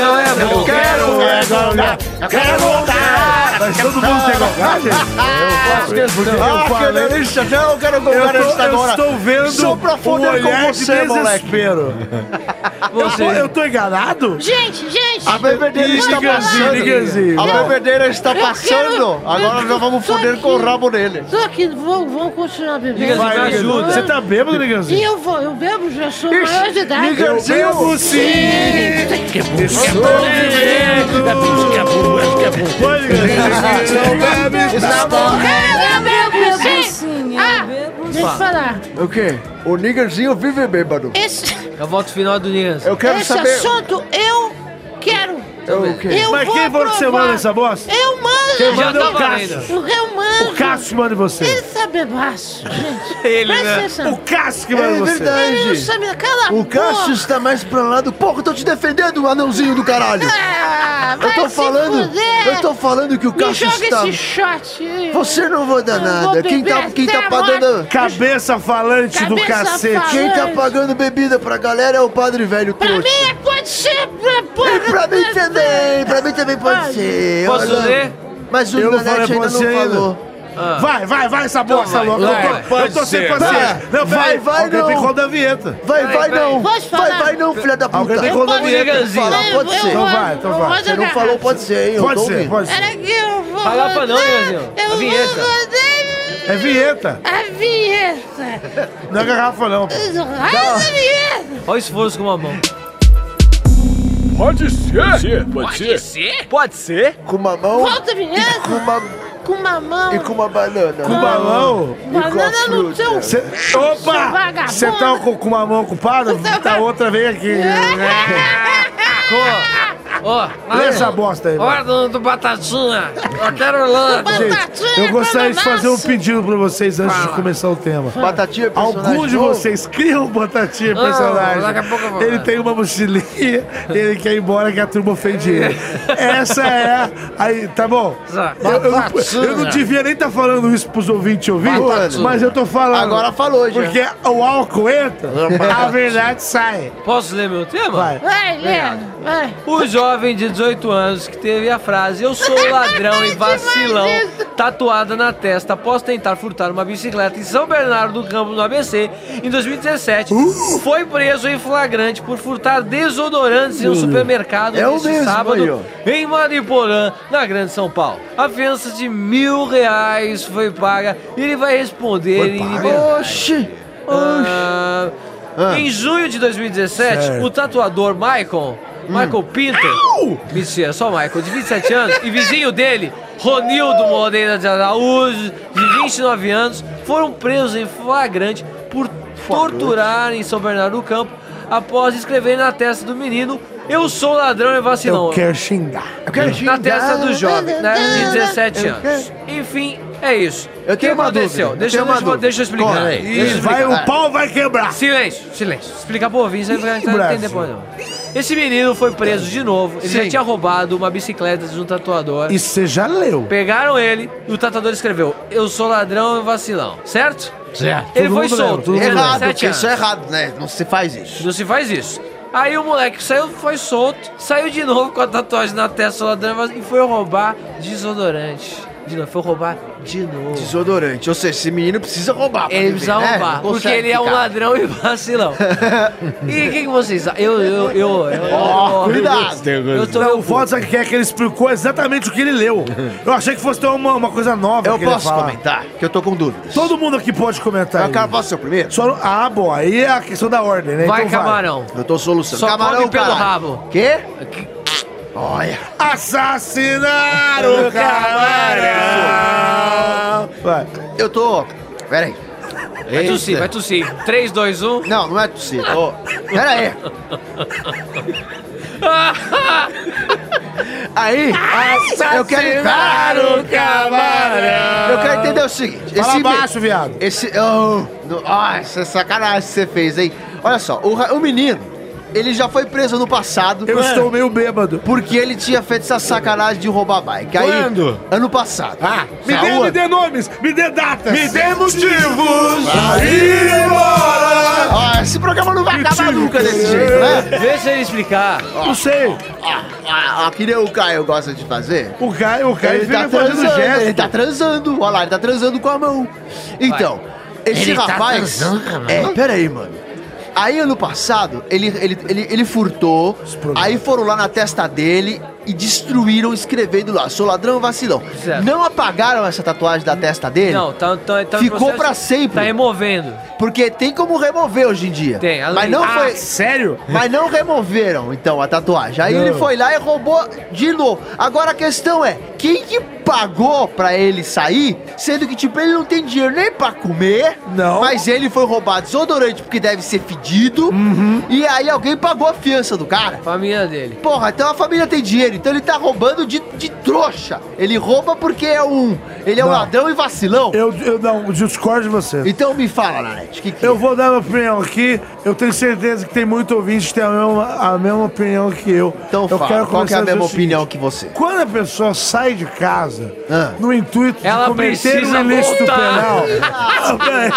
Não é bom. Eu quero é gongar, eu quero gongar. Mas todo mundo tem gongar, gente? Ah, falei- canelista, não, eu quero Eu, gongar tô- nesta eu agora. estou vendo Só pra foder um olhar com você, de desespero. Pô, Você, eu tô enganado? Gente, gente! Ah, A bebedeira está Liganzinho, passando. liganzinho. A bebedeira está Eu passando. quero- Agora eu já vamos tô foder aqui. com o rabo dele. Só que vão, vão continuar bebendo. Vai, me Liganzinho. ajuda. Você tá bêbado, E Liganzinho? eu vou, eu bebo, já sou maior de idade. bebo sim! Estou É bebendo! Vai, Liganzinho! Não bebe, tá bom! Eu bebo, Bebo sim! sim, eu Ah, bebo Deixa eu falar. O quê? O niggerzinho vive bêbado. Esse, eu volto final do Nils. Eu quero esse saber. assunto eu quero. Eu, o quê? Eu Mas vou quem falou que você aprovar. manda essa bosta? Eu mando! Quem manda é o tava Cássio. lendo. Eu- Eu mando! O Cássio manda em Ele você. tá bebaço, gente. [LAUGHS] Ele, Presta né? O atenção. Cássio que manda É em você. Ele não verdade. sabe... Cala a O é Cássio boca. está mais pra lá do porco. Eu tô te defendendo, anãozinho do caralho. Ah, Eu vai tô se falando. fuder. Eu tô falando que o Me Cássio joga está. esse shot. aí. Você não vai dar Eu vou nada. Quem beber tá, quem até tá a pagando. Cabeça falante do Cabeça cacete. falante. Quem tá pagando bebida pra galera é o padre velho Pra trouxa. mim é- pode ser... pra- E pra- pra mim também, pra mim também pode Ai. ser. Posso Olha, ler? Mas o Eu não Nanete falei ainda pra você não ainda. falou. Ah. Vai, vai, vai, essa bosta vai, louca. vai, Eu tô- Eu tô sem pode ser. paciência. Não, Tá Vai, peraí, vai, Alguém não. tem que rodar a vinheta. Vai, vai, Vai, vai. não. Posso Vai, falar? vai não, filha da Alguém puta. tem que Você rodar a vinheta. Liganzinho. Fala. pode ser. Então vai, então vai. Você não falou, pode ser, hein? Eu Pode tô ser, ouvindo. pode ser. Era que eu vou Fala pra não, rodar, Leozinho. A Eu vou vinheta. rodar É vinheta. a vinheta. Não é garrafa, não. pô. Roda a vinheta. Olha o esforço com uma mão. Pode ser? Pode ser? Com uma mão Volta a vinheta. com uma, Com mamão. e com uma banana. Com balão. Banana fruta. no teu... Cê... Opa! vagabundo. Você tá com, com uma mão ocupada? Você Tá vai- outra vem aqui. É. Ó, ó, Lê olha- essa bosta aí. mano. Hora do, do Batatinha. Eu quero lã. tá Gente, eu gostaria de fazer um pedido pra vocês antes de Fala. começar o tema. Batatinha é personagem Alguns de novo? vocês criam um Batatinha Não, personagem. daqui a pouco eu vou. né? ele tem uma [LAUGHS] mochilinha, ele quer ir embora que a turma ofende ele. Essa é a. Aí, tá bom? Tá. Eu, eu não, Batatinha. eu não devia nem estar falando isso pros ouvintes ouvir, Batatinha. mas eu tô falando. Agora falou, já. Porque o álcool entra, a verdade sai. Posso ler meu tema? Vai. Vai, Leandro, vai. O jovem de 18 anos que teve a frase Eu sou ladrão e vacilão tatuada na testa após tentar furtar uma bicicleta em São Bernardo do Campo, no ABC, em 2017, Uh! foi preso em flagrante por furtar desodorantes em um supermercado Hum. É o neste mesmo sábado aí, ó. em Mariporã, na Grande São Paulo. A fiança de mil reais foi paga e ele vai responder em liberdade. Oxi. Ah, Em junho de 2017, o tatuador Hum. Michael, Michael Pinter, mentira, só Michael, de 27 anos, e vizinho dele, Ronildo Moreira de Araújo, de 29 anos, foram presos em flagrante por torturar em São Bernardo do Campo após escrever na testa do menino Eu sou ladrão e vacilão. Eu quero xingar. Na testa do jovem, né? De 17 anos. Enfim, é isso. Eu O que tenho uma aconteceu? dúvida, eu Deixa tenho eu, uma deixa, dúvida. eu explicar. Corre aí. Deixa eu E explicar. vai, o pau vai quebrar. Silêncio, silêncio. Explicar pro ouvinte, você vai Brasil. entender depois não. Esse menino foi preso de novo. Ele já Sim. tinha roubado uma bicicleta de um tatuador. Isso você já leu. Pegaram ele e o tatuador escreveu: Eu sou ladrão e vacilão. Certo? Certo. Ele Todo foi mundo lembra, solto. todo mundo tinha Errado, 17 porque isso é anos. errado, né? Não se faz isso. Não se faz isso. Aí o moleque saiu, foi solto, saiu de novo com a tatuagem na testa, sou ladrão e vacilão, e foi roubar desodorante. De novo, foi roubar de novo. Desodorante. Ou seja, esse menino precisa roubar. pra Ele viver, precisa né? roubar, Não porque consegue ele é um ficar. ladrão e vacilão. [LAUGHS] e o que, que vocês acham? Eu, eu, eu, eu, eu- eu- Cuidado. Eu tô Não, Então eu, o foda sabe o que é que ele explicou exatamente o que ele leu. Eu achei que fosse ter uma, uma coisa nova. Eu que ele posso fala. comentar, que eu tô com dúvidas. Todo mundo aqui pode comentar. Eu quero aí. posso ser o primeiro? Só no- Ah, bom, aí é a questão da ordem, né? Vai, Então camarão. Eu tô solucionando. Só Camarão, come pelo caralho. rabo. Quê? Olha. Assassinaram o camarão. Vai. Eu tô. Pera aí. Vai É É. tossir, vai tossir. 3, 2, 1. Não, não é possível. Ô, Pera aí. Aí, eu quero Assassinaram o camarão. Eu quero entender o seguinte. Fala esse me- baixo, viado. Esse. Oh, no- nossa, sacanagem que você fez, hein? Olha só, o, ra- o menino, ele já foi preso no passado. Eu estou meio bêbado. Porque ele tinha feito essa sacanagem de roubar bike. Aí, Quando? Ano passado. Ah, Me dê, me dê nomes, me dê datas. Me dê motivos! Ó, esse programa não vai acabar nunca desse jeito, né? Vê se ele explicar. Não sei. Ah, ah, que nem o Caio gosta de fazer. O Caio, o Caio Ele fica tá fazendo transando, gesto. ele tá transando. Olha lá, ele tá transando com a mão. Então, esse Ele tá rapaz. transando com a mão? É, peraí, mano. Aí ano passado, ele, ele, ele, ele furtou, programas. aí foram lá na testa dele e destruíram escrevendo lá, sou ladrão vacilão. Certo. Não apagaram essa tatuagem da testa dele, Não, tá, tá, tá em Ficou pra sempre. Tá removendo. porque tem como remover hoje em dia. Tem, além- mas não Ah, foi, Sério? mas não removeram, então, a tatuagem. Aí ele foi lá e roubou de novo. Agora a questão é, quem que pagou pra ele sair, sendo que, tipo, ele não tem dinheiro nem pra comer. Não. Mas ele foi roubar desodorante porque deve ser fedido. Uhum. E aí alguém pagou a fiança do cara. Família é dele. Porra, então a família tem dinheiro, então ele tá roubando de, de trouxa. Ele rouba porque é um... Ele é um Não. ladrão e vacilão. Eu, eu não, discordo de você. Então me fala, Nanete, o que que Eu é? vou dar minha opinião aqui. Eu tenho certeza que tem muito ouvinte que tem a mesma, a mesma opinião que eu. Então eu fala, qual que é começar a dizer mesma o seguinte. opinião que você? Quando a pessoa sai de casa Ah. no intuito Ela de cometer um precisa ilícito voltar. penal, [LAUGHS] Ah, peraí.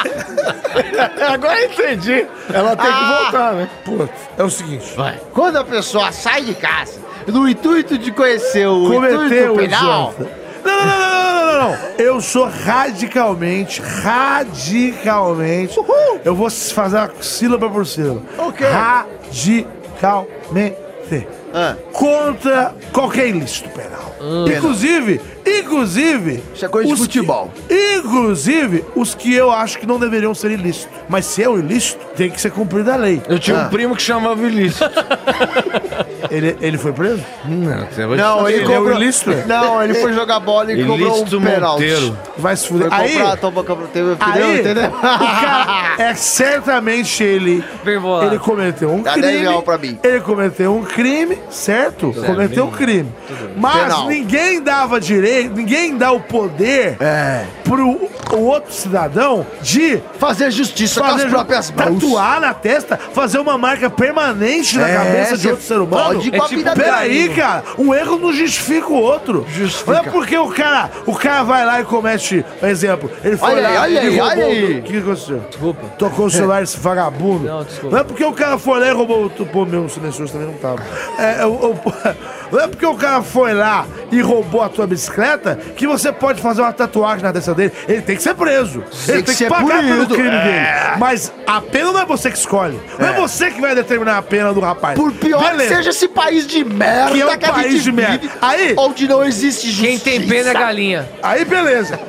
Agora eu entendi. Ela tem Ah! que voltar, né? Pô, é o seguinte. Quando a pessoa sai de casa no intuito de conhecer o cometeu intuito o penal, idiota. Não, não, não, não, não, não, não, não. Eu sou radicalmente, radicalmente. Eu vou fazer a sílaba por sílaba. Ok. Radicalmente. Ah. Hum. Contra qualquer ilícito penal. Inclusive, inclusive. Isso é coisa de os futebol. Que, inclusive, os que eu acho que não deveriam ser ilícitos. Mas se é um ilícito, tem que ser cumprida a lei. Eu tinha um primo que chamava Ulisses. Ele, ele foi preso? Não, você vai Não, ele Ele é um cobrou... ilícito? Não, ele foi jogar bola e cobrou Ilícito um penalti. Monteiro. Vai se Foi fuder. comprar, Aí, toma, compra- teve- entendeu? Aí, Entendeu? o cara é certamente ele. Bem bolado. Ele cometeu um Dá crime. 10 real pra mim. Ele cometeu um crime, certo? cometeu um crime. Mas Penal. ninguém dava direito, ninguém dá o poder É. pro o outro cidadão de [LAUGHS] Fazer justiça tá com fazer as próprias mãos. tatuar na testa, fazer uma marca permanente na É, cabeça de cê outro ser humano. É tipo fode com a vida do Peraí, amigo. cara, um erro não justifica o outro. Justifica. Não é porque o cara, o cara vai lá e comete, por exemplo, ele foi Olha lá, aí, olha ele aí, roubou olha aí. O que aconteceu? Desculpa. Tocou o celular esse vagabundo. Não, desculpa. Não é porque o cara foi lá e roubou o. Pô, meu silencioso também não tava. É, eu- eu- [LAUGHS] não é porque o cara foi lá e roubou a tua bicicleta que você pode fazer uma tatuagem na testa dele. Ele tem que ser preso. ele tem que que, ser pagar pelo punido. É. crime dele. Mas a pena não é você que escolhe. Não é você que vai determinar a pena do rapaz. Por pior que Beleza. seja esse país de merda Que é um a país gente de merda. vive, Aí- onde não existe justiça. Quem tem pena é galinha. Aí beleza.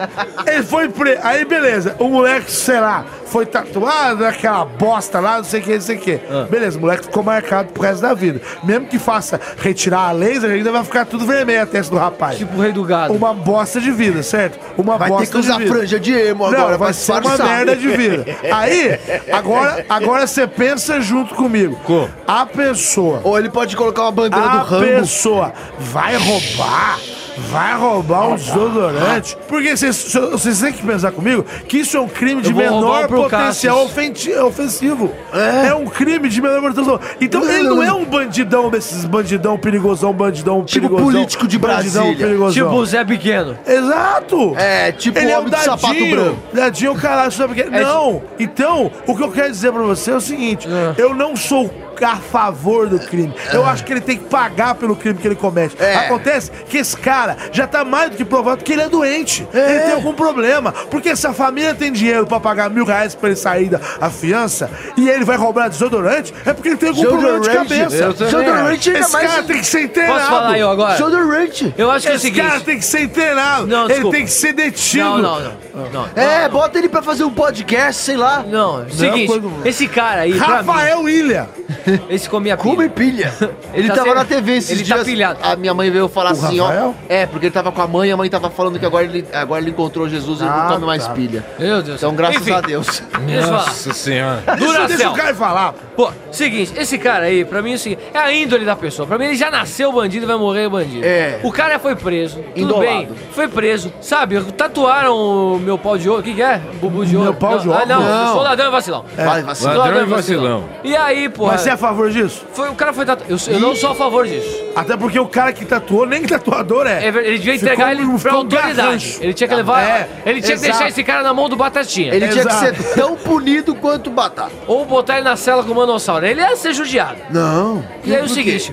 Ele foi pre... Aí beleza. O moleque, sei lá, foi tatuado naquela bosta lá, não sei o que, não sei o que. Ah. Beleza, o moleque ficou marcado pro resto da vida. Mesmo que faça retirar a laser, ainda vai ficar tudo vermelho a testa do rapaz. Tipo o rei do gado. Uma bosta de vida, certo? Uma Vai bosta ter que usar de vida. franja de emo Não, agora, vai pra ser uma disfarçar. merda de vida. Aí, agora agora você pensa junto comigo. Como? A pessoa Ou ele pode colocar uma bandeira do a Rambo. pessoa vai roubar, vai roubar um desodorante. Porque vocês vocês têm que pensar comigo que isso é um crime de Eu vou menor roubar pro potencial ofenti- ofensivo. É. um crime de menor potencial. Então ele não é um bandidão desses bandidão perigosão, bandidão Tipo perigosão. político de bandidão Brasília. perigosão. Tipo o Zé Pequeno. Exato! É, tipo ele o é homem de sapato branco. Dadinho é o caralho, sabe por quê? Não! Então, o que eu quero dizer pra você é o seguinte: eu não sou a favor do crime. Eu acho que ele tem que pagar pelo crime que ele comete. É. Acontece que esse cara já tá mais do que provado que ele é doente. Ele tem algum problema. Porque se a família tem dinheiro pra pagar mil reais pra ele sair da a fiança e ele vai roubar desodorante, é porque ele tem algum problema de Desodorante. cabeça. Eu também Desodorante ainda Esse mais... cara tem que ser internado. Posso falar eu agora? Desodorante. Eu acho que é o Esse cara seguinte. tem que ser internado. Não, ele desculpa. tem que ser detido. Não, não, não. Não, É, bota ele pra fazer um podcast, sei lá. não. é Seguinte, quando- esse cara aí, pra mim, Rafael Ilha. Esse comia pilha. Come pilha. Ele, tá tava sempre- na TV esses ele tá dias. pilhado. A minha mãe veio falar O assim, Rafael? ó. É, porque ele tava com a mãe, a mãe tava falando que agora ele, agora ele encontrou Jesus e ele não Ah, come mais tá. pilha. Meu Deus. Então, graças Enfim, a Deus. deixa eu falar. Nossa senhora. Deixa, deixa Duracell. o cara falar. Pô, seguinte, esse cara aí, pra mim, é o seguinte, é a índole da pessoa. Pra mim, ele já nasceu bandido e vai morrer bandido. É. O cara foi preso. Tudo Indolado. bem. Foi preso. Sabe, tatuaram o meu pau de ouro. O que, que é? Bubu de ouro. Meu pau não, de ouro? É, Ah, não, Não. Eu sou ladrão e vacilão. Vai, vacina. Ladrão e vacilão. E aí, pô. Mas você é a favor disso? foi, o cara foi tatuado. Eu, eu não sou a favor disso. Até porque o cara que tatuou, nem tatuador é. É ver- Ele devia Ficou entregar um- ele pra ficou um autoridade. garrancho. Ele tinha que levar. É, ele tinha que exato. deixar esse cara na mão do Batatinha. Ele tinha que Exato. ser tão punido quanto o Batata. Ou botar ele na cela com o Manossauro. Ele ia ser judiado. Não. E aí o seguinte,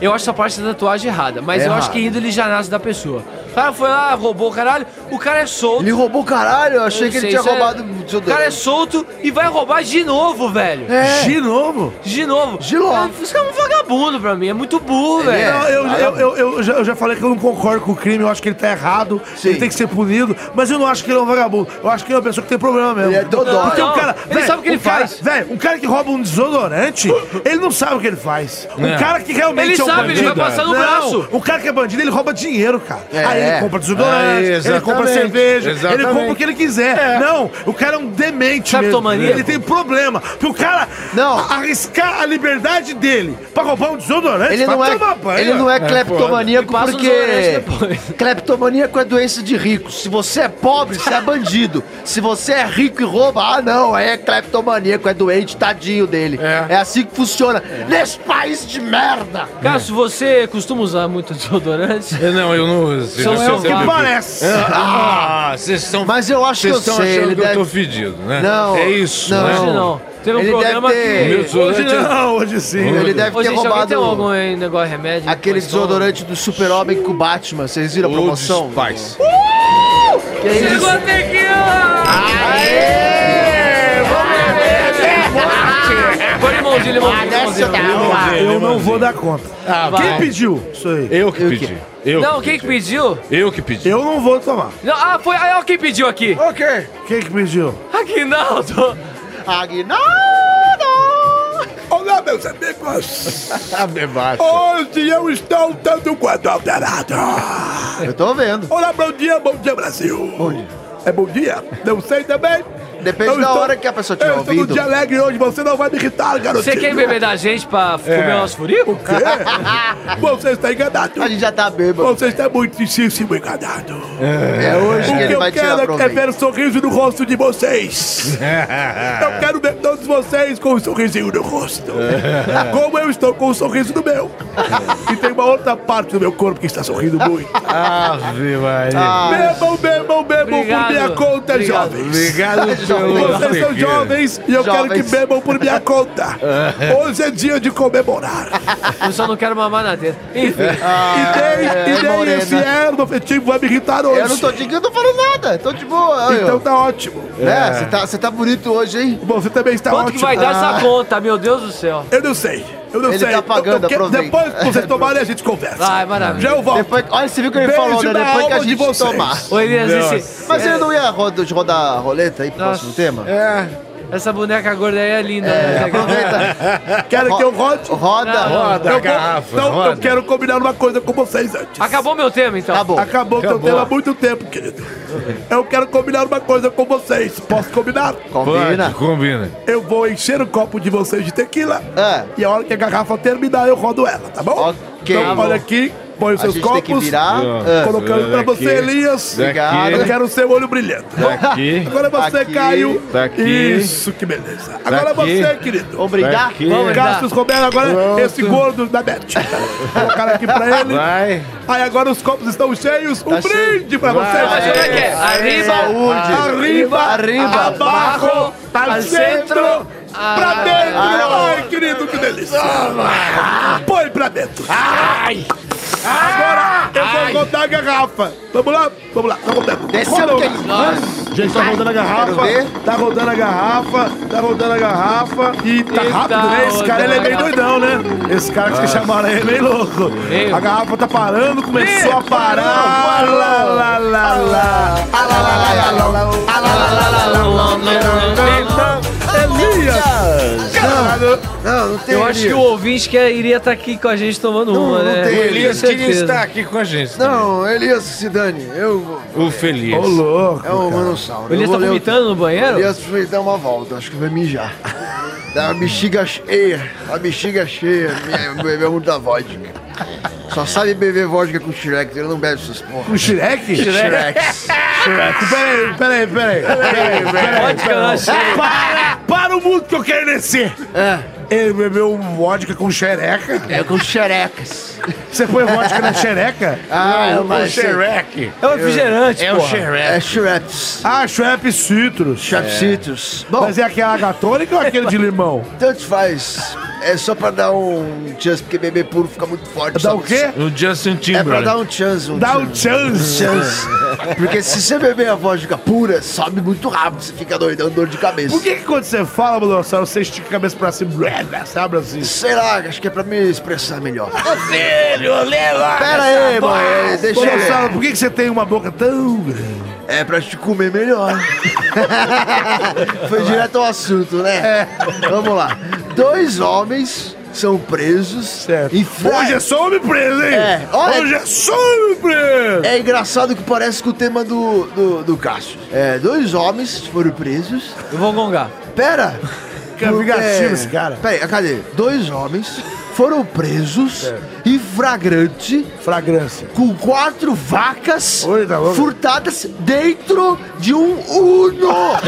eu acho essa parte da tatuagem errada, mas É eu acho errado. que índole já nasce da pessoa. O cara foi lá, roubou o caralho, o cara é solto. Ele roubou o caralho, eu achei não que ele sei, tinha isso é- roubado O cara é solto e vai roubar de novo, velho. É. De novo? De novo. De novo. Isso é um vagabundo pra mim, é muito burro, velho. é. Não, eu, eu, eu, eu já, eu já falei que eu não concordo com o crime, eu acho que ele tá errado, Sim. ele tem que ser punido, mas eu não acho que ele é um vagabundo, eu acho que ele é uma pessoa que tem problema mesmo. Ele é dodói. Porque Não, o cara, ele véi, sabe o que ele um cara- faz. véi, um cara que rouba um desodorante, ele não sabe o que ele faz. Um É. cara que realmente Ele é um sabe, ele bandido. vai passar no não, braço. O cara que é bandido, ele rouba dinheiro, cara. É. Aí ele compra Aí, desodorante, ele exatamente. compra cerveja, ele Exatamente. compra o que ele quiser. Não, o cara é um demente mesmo. Cleptomaníaco. Ele tem problema. Porque o cara Não. arriscar a liberdade dele pra roubar um desodorante, Ele vai não, é, tomar banho. ele não é cleptomaníaco E passa os porque. orantes depois. [LAUGHS] Cleptomaníaco é doença de rico. Se você é pobre, você é bandido. Se você é rico e rouba, ah não, aí é cleptomaníaco, é doente, tadinho dele. É, É. assim que funciona. Nesse país de merda! Cássio, você costuma usar muito desodorante? Eu Não, eu não uso. São eu eu é- que Parece. É, Ah, vocês estão. Mas eu acho que Vocês eu estão sei, achando ele que eu tô deve. fedido, né? Não, É isso, não. Hoje né? não. Teve um Ele programa deve ter- que... Meu Hoje desodorante não. Não, hoje sim. Ele deve Ô, ter gente, alguém tem algum roubado aí, negócio remédio? aquele Coisa e tal? desodorante do super-homem com o Batman. Vocês viram a Old promoção? Spice. Que é isso? Chegou a tequila! Põe limãozinho, Ah, limãozinho, limãozinho. tá, Eu não vou dar conta. Quem Ah, vai. pediu isso aí? Eu que pedi. Eu Não, que quem que pediu? pedi. Eu que pedi. Eu não vou tomar. Não, ah, foi. Ah, ó, quem pediu aqui? Ok. Quem que pediu? Aguinaldo! Aguinaldo! Olá, meus amigos. Tá bebaixo. é Hoje eu estou tanto quanto alterado. Eu tô vendo. Olá, bom dia, bom dia, Brasil. Bom dia. É bom dia? Não sei também. Depende Eu da estou- hora que a pessoa tiver Eu estou no ouvido. dia alegre hoje, você não vai me irritar, garotinho. Você quer beber da gente É. pra f- comer umas furico? Quê? É. Você está enganado. A gente já tá bêbado. Você está muitíssimo enganado. É hoje O que que ele eu vai tirar quero é proveito. ver o sorriso no rosto de vocês. É. eu quero ver todos vocês com um sorrisinho no rosto. É. Como eu estou com um sorriso no meu. e tem uma outra parte do meu corpo que está sorrindo [LAUGHS] muito. Ave Maria. bebam, bebam, bebam Obrigado. por minha conta, Obrigado. jovens. Obrigado pelo Vocês são tequila. jovens e eu quero que Jovens. bebam por minha conta. [LAUGHS] Hoje é dia de comemorar. Eu só não quero mamar na teta. Enfim, e é, nem, e nem morena. esse erro afetivo vai me irritar hoje. Eu não tô de eu não tô falando nada. Tô de boa. olha, Então ó. tá ótimo. É, você tá, você tá bonito hoje, hein? Você também está quanto que ótimo. vai dar Ah, essa conta? Meu Deus do céu. Eu não sei. Eu não Ele sei. tá pagando, Eu- eu quero- aproveita. Depois que vocês tomarem, a gente conversa. Ai, maravilha. Já eu volto. Depois, olha, você viu o que ele Beijo falou, né? na Depois que a alma de gente vocês. tomar. Ô, Elias, esse- Mas ele não ia roda- rodar a roleta aí pro Nossa. próximo tema? É. essa boneca gorda aí é linda. É, né? aproveita. Quero que eu rode. Roda. Não, roda. Roda a Eu vou- garrafa. Não, roda. eu quero combinar uma coisa com vocês antes. Acabou meu tema, então. Acabou. Acabou o teu Acabou. tema há muito tempo, querido. Eu quero combinar uma coisa com vocês. Posso combinar? Combina. Pode, combina. Eu vou encher o copo de vocês de tequila. É. E a hora que a garrafa terminar, eu rodo ela, tá bom? Ok. Então, olha aqui, põe os A seus gente tem copos. que virar. Ah. Ah. Colocando pra você, Daqui. Elias. Daqui. Eu quero o seu olho brilhando. Daqui. Agora você, Aqui. Caio. Daqui. Isso, que beleza. Agora Daqui. você, querido. Obrigado. Daqui. Vamos lá. Cassius Romero, agora esse gordo da Beth. Colocaram aqui pra ele. Vai. Aí agora os copos estão cheios. Um Tá cheio. brinde pra Vai. Mas você. como é que é? Arriba, Saúde. Arriba, Arriba. Tá abaixo, Al al centro, centro. pra Ah. dentro. Ai, querido, que delícia. Põe pra dentro. Agora eu vou rodar a garrafa. Vamos lá, vamos lá. Tá rodando. Desceu Rodou. que ele... Gente, tá rodando a garrafa, Quero ver. tá rodando a garrafa, tá rodando a garrafa e tá E rápido, tá né? Esse cara ele é meio rodando doidão, né? Esse cara que vocês chamaram aí é meio louco. Meu. A garrafa tá parando, começou a parar. Lá, lá, lá, lá. Ah, lá, lá, lá, lá, lá. Ah, lá, lá, lá, lá, lá. Elias! Caralho! Não, não tem Eu acho que o Elias. ouvinte que iria estar aqui com a gente tomando Não, uma, não né? tem O Com Elias Tigre certeza. está aqui com a gente. Não, Elias se dane. Eu vou. também. O Feliz. Ô, louco. É o manossauro. O Elias tá Eu vou ler o- vomitando no banheiro? Elias foi dar uma volta, acho que vai mijar. Dá a bexiga cheia, a bexiga cheia, minha- bebeu muita vodka. Só sabe beber vodka com Shrek, ele não bebe essas porra. O Shrek? Shrek. Peraí, peraí, peraí. peraí, peraí, Pode peraí. canal cheio. Para! Para o mundo que eu quero descer! É, Ele bebeu vodka com xereca. é com xerecas. Você põe vodka na xereca? Ah, é uma Shrek. É um refrigerante, É o porra. Shrek. É Shreps. Ah, Shrap Citrus. Shrep Citrus. Bom, Mas é aquela gatônica ou aquele de limão? tanto faz. É só pra dar um chance, porque beber puro fica muito forte. Dá só- o quê? O Justin É pra Timberlake. dar um chance. Um Dá chance. o chance. chance. Porque se você beber a vodka pura, sobe muito rápido, você fica doidão, dor de cabeça. Por que, que quando você fala, Bolsonaro, você estica a cabeça pra cima, blá, sabe assim? Sei lá, acho que é pra me expressar melhor. Filho, leva! Pera aí, É, mãe, deixa eu Bolsonaro, por que, que você tem uma boca tão grande? É pra te comer melhor. [LAUGHS] Foi direto ao assunto, É. né? Vamos lá. Dois homens são presos. Certo. E fra- Hoje é só homem preso, hein? É, olha- Hoje é só homem preso! É engraçado que parece com o tema do, do, do Cássio. É, dois homens foram presos. Eu vou gongar. Pera! Cara, Porque- vingativo esse cara. Pera aí, cadê? Dois homens foram presos em flagrante É Fragrância. com quatro vacas Oi, tá louco? furtadas dentro de um [LAUGHS] Uno.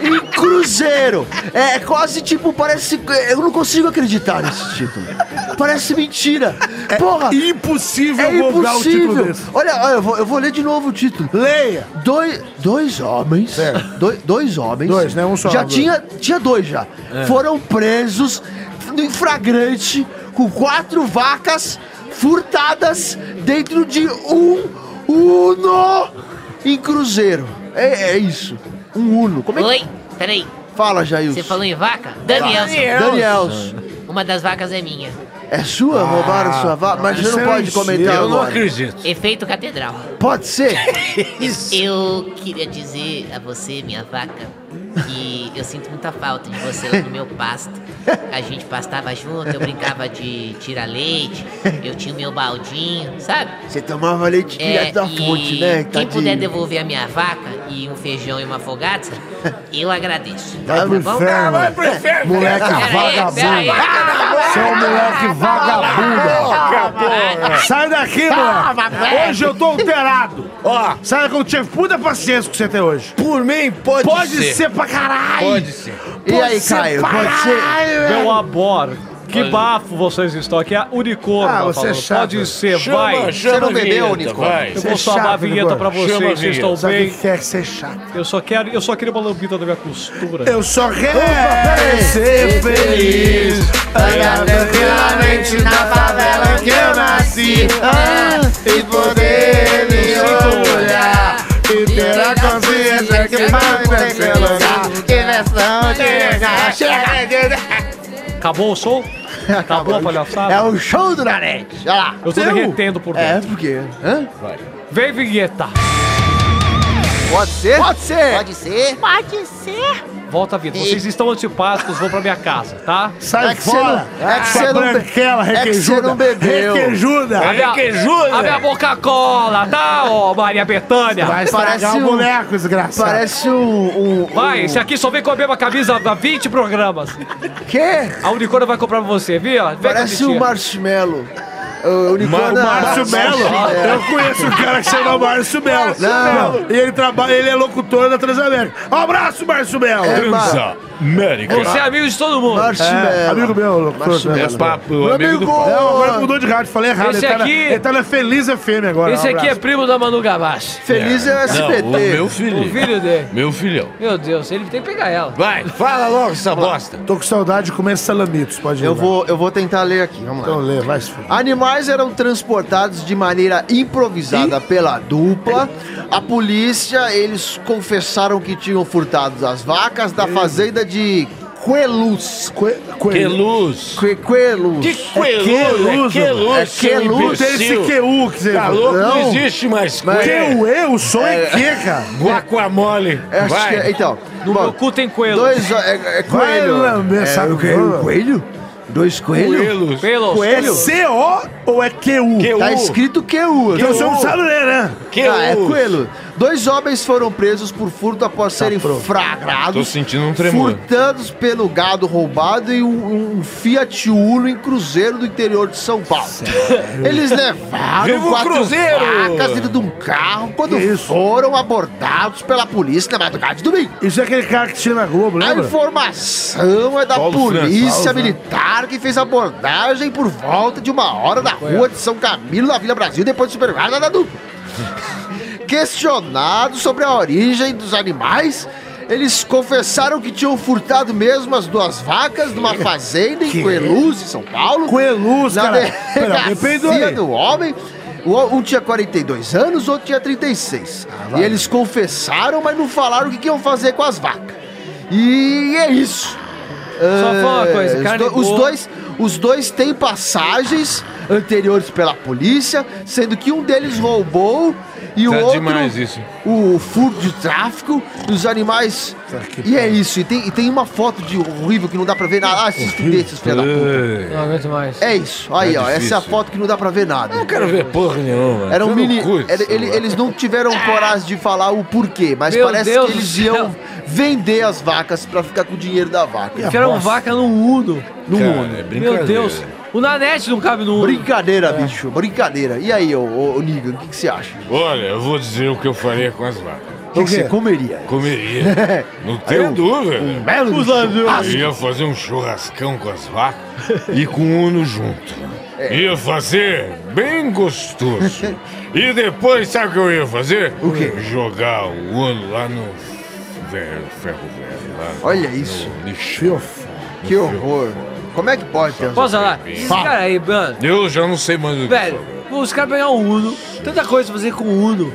em cruzeiro. É quase tipo, parece... Eu não consigo acreditar nesse título. Parece mentira. É Porra, Ah, Impossível é gongar o título impossível. desse. Olha, olha, eu vou, eu vou ler de novo o título. Leia! Dois, dois homens. Certo. Dois, dois homens. Dois, né? Um só, Já dois. É. tinha, tinha dois já. Foram presos em flagrante com quatro vacas furtadas dentro de um Uno em Cruzeiro. É, é isso. Um Uno. Como é que Oi, peraí, fala, Jailson? você falou em vaca? Danielson, Danielson. uma das vacas é minha. É sua? Roubaram sua vaca? Mas você isso Ah, não é pode mentira. comentar Eu não agora. acredito. Efeito catedral. Pode ser? Eu queria dizer a você, minha vaca, que eu sinto muita falta de você lá no meu pasto. A gente pastava junto, eu brincava de tirar leite, eu tinha o meu baldinho, sabe? Você tomava leite É, direto da e fonte, né? Quem puder tadinho? devolver a minha vaca e um feijão e uma fogata, eu agradeço. Tá Tá Vai pro inferno! Pro inferno. Moleque vagabundo! Você é um moleque vagabundo! Sai daqui, moleque! Hoje eu tô alterado! Ó, Sabe que eu tive puta paciência que você tem hoje? por mim, pode, Pode ser. ser, pra caralho! Pode ser. E aí, ser Caio, pra pode ser? caralho, velho. Meu amor, que bafo vocês estão aqui. É unicórnio. Ah, tá você é falando. chato. Pode ser, vai. Chama, chama não a bebeu, vinheta, Nico? vai. Eu Você é vou salvar chato, a vinheta pra unicórnio. vocês. Chama a Vocês estão Sabe o bem? que quer ser chato? Eu só quero, eu só queria uma lambida da minha costura. Eu só quero ser [LAUGHS] feliz. Andar tranquilamente na favela que eu nasci. Ah, e poder me orgulhar. E ter a consciência que vai me celular. Acabou o som? Acabou a palhaçada? É o show do Nanete. Olha lá. Eu tô Seu. derretendo por É, dentro. porque. Hã? Vem, vinheta. Pode ser? Pode ser. Pode ser? Pode ser? Volta a vida. Vocês estão antipáticos, vão pra minha casa, tá? Sai É que você não- fora. é que você Essa não be- branquela é que você requejuda. não bebeu. Requejuda. minha, a minha boca cola, tá, ô Maria Betânia? Vai Parece estragar o um- boneco, desgraçado. Parece um. um Vai, esse aqui só vem com a mesma camisa há 20 programas. um... Quê? A Unicórnio vai comprar pra você, viu? Vem Parece um camisinha. marshmallow. O é unicórnio. O Márcio Melo, eu conheço um cara que chama Márcio Melo. Não. E ele trabalha, ele é locutor da Transamérica. Um abraço, Márcio Melo. É, Mar- América. Você é amigo de todo mundo. É, Marshmallow. amigo meu, locutor. Márcio né? É Melo. papo, Meu amigo do... É, amigo! Não, agora ele mudou de rádio, falei errado. Esse ele, tá aqui- na, ele tá na Feliz FM agora. Esse um aqui é abraço. primo da Manu Gavassi. Feliz é o SBT. Não, o meu O filho. filho dele. Meu filhão. Meu Deus, ele tem que pegar ela. Vai, fala logo essa bosta. é- Tô com saudade de comer salamitos, pode ir. Eu né? vai. vou, eu vou tentar ler aqui, vamos lá. Então lê, vai se fuder. Animais eram transportados de maneira improvisada pela dupla. A polícia, eles confessaram que tinham furtado as vacas da fazenda de Queluz. Que, Que luz. Que, queluz. Que queluz, é queluz, que luz, é seu queluz. Puta, esse imbecil. QU que você Tá louco? Não, é Não. existe mais Mas- que. QU, é, o som é, que, cara? Guacamole. É, acho Vai. que é- então. No bom, meu cu tem coelho. Dois. É, é Vai coelho. lamber, É, sabe o que é? Coelho? Dois coelhos? Coelhos. Pelos. É Coelho? CO ou é QU? Que Tá u, escrito tá QU. Então você não sabe ler, né? que Ah, é u. coelho. Dois homens foram presos por furto após serem fragrados. Tô sentindo um tremor. Furtados pelo gado roubado e um, um Fiat Uno em cruzeiro do interior de São Paulo. [LAUGHS] Eles levaram Viva o quatro cruzeiro! facas dentro de um carro quando foram abordados pela polícia na madrugada de domingo. Isso é aquele cara que tinha na Globo, A lembra? informação é da Paulo polícia França, militar que fez a abordagem por volta de uma hora na rua de São Camilo, na Vila Brasil, depois do supermercado da dupla. Questionados sobre a origem dos animais, eles confessaram que tinham furtado mesmo as duas vacas numa fazenda em Coeluz, em São Paulo. Coeluz, Na é? [LAUGHS] cara. Pera, depende delegacia aí. do homem. O- Um tinha 42 anos, outro tinha 36. Ah, e eles confessaram, mas não falaram o que, que iam fazer com as vacas. E é isso. Só fala uma coisa, Ah, É, os, carne do- os boa. dois, os dois têm passagens anteriores pela polícia, sendo que um deles roubou e o Tá outro demais isso. o furto de tráfico dos animais. E é isso. E tem, e tem uma foto de horrível que não dá pra ver nada. Ah, esses fudentes, filha da puta. Ai, Não aguento mais. É isso. Aí, É ó. Essa difícil. É, é a foto que não dá pra ver nada. Não quero ver porra nenhuma. é Era um Tô no mini. cu, era- ele- celular. eles não tiveram coragem de falar o porquê, mas Meu parece Deus que do eles céu. iam vender as vacas pra ficar com o dinheiro da vaca. Enfiaram é um vaca no Uno. No Cara, mundo. é brincadeira. Meu Deus. O Nanete não cabe no Uno. Brincadeira, bicho. Brincadeira. E aí, ô, ô, ô Negan, o que que você acha? Olha, eu vou dizer o que eu faria com as vacas. O que que você comeria? Comeria. [LAUGHS] Não tenho dúvida. Eu ia fazer um churrascão com as vacas e com o Uno junto. Ia fazer bem gostoso. E depois, sabe o que eu ia fazer? O quê? Jogar o Uno lá no velho, ferro velho. Lá no- Olha isso. No lixo. Que horror. Como é que pode ter Posso falar? Esses caras aí, mano. Eu já não sei mais o que Velho, falar. os caras pegaram o Uno. Tanta coisa pra fazer com o Uno.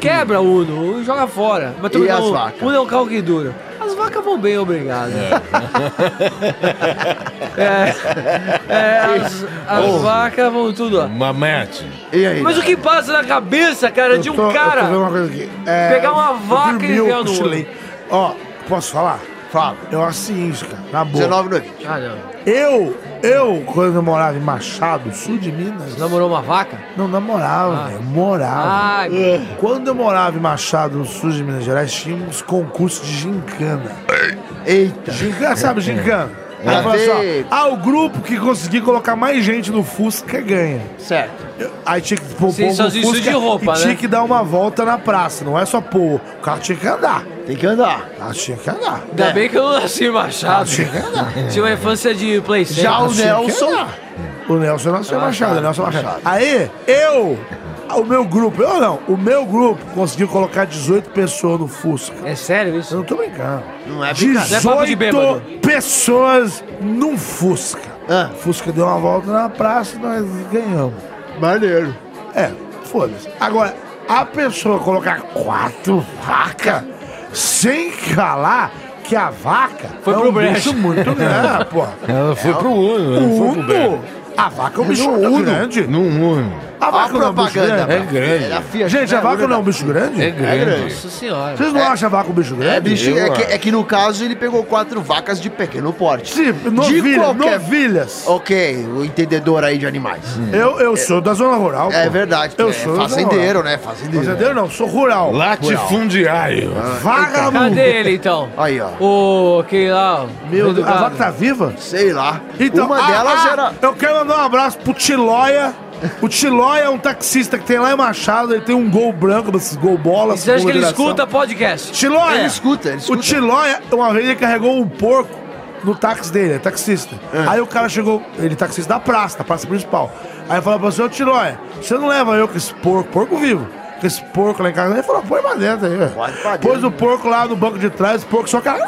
Quebra o Uno, joga fora. Mas E as não, vacas? Uno é um carro que dura. As vacas vão bem, obrigado. [LAUGHS] É, é, as, as vacas vão tudo, ó. Mamete. E aí? Mas o que passa na cabeça, cara, de um Eu tô- cara? eu tô vendo uma coisa aqui. É, pegar uma eu vaca e dormi, enfiar eu no cochilei. olho. Ó, posso falar? Fala. Eu acho o seguinte, cara, na boa. 19 noites. Ah, não. Eu, eu, quando eu morava em Machado, sul de Minas, Namorou uma vaca? não namorava, velho, morava. Ah. Ai, Quando eu morava em Machado, no sul de Minas Gerais, tinha uns concursos de gincana. Eita. Gincana, sabe gincana? É. Aí fala assim, ó, Ver- ah, o grupo que conseguir colocar mais gente no Fusca ganha. Certo. Aí tinha que pôr o Vocês povo só no isso Fusca de roupa, e tinha né? que dar uma volta na praça, não é só pôr. O carro tinha que andar. Tem que andar. O carro tinha que andar. ainda bem que eu não nasci em Machado. [LAUGHS] Tinha uma infância de PlayStation. Já o Tinha que Nelson. andar. Assim, O Nelson nasceu Ah, Machado, é tá. o Nelson Machado. Aí, eu, o meu grupo, eu não, o meu grupo conseguiu colocar 18 pessoas no Fusca. É sério Eu isso? não tô brincando. Não é brincadeira. Não é papo de 18 bêbado. pessoas num Fusca. Ah. Fusca deu uma volta na praça e nós ganhamos. Maneiro. É, foda-se. Agora, a pessoa colocar quatro vacas sem calar que a vaca Foi é pro um brejo. bicho muito grande, pô. Ela foi pro Uno, não Uno! foi pro Beto. A vaca um é um bicho grande. No Uno. A Olha a vaca não é um bicho propaganda. grande. É grande. É da Fiat, Gente, né? a vaca não é um bicho É grande? grande. Nossa senhora. Vocês não acham a vaca um bicho É, grande? bicho, Eu é que, acho. é que no caso ele pegou quatro vacas de pequeno porte. Sim, novilha, novilhas. Ok, o entendedor aí de animais. Eu, eu sou da zona rural. É pô. verdade, Eu é sou da zona fazendeiro, rural. né? Fazendeiro. Fazendeiro não, sou rural. Latifundiário. Vagabundo. Cadê ele então? Aí, ó. O aquele lá. ó, Meu Deus, a educado. vaca tá viva? Sei lá. Então, Uma ah, delas ah, era. Eu quero mandar um abraço pro Tilóia. O Tilóia é um taxista que tem lá em Machado, ele tem um gol branco, desses gol bola. Você acha que ele moderação. escuta podcast? Tilóia! Ele escuta, ele escuta. O Tilóia, uma vez ele carregou um porco no táxi dele, é taxista. Aí o cara chegou, ele é taxista da praça, da praça principal. Aí falou pra você, ô Tilóia, você não leva eu com esse porco, porco vivo. Com esse porco lá em casa. Ele falou, põe pra dentro aí. Põe pra dentro. né? Pôs o porco lá no banco de trás, o porco só cara.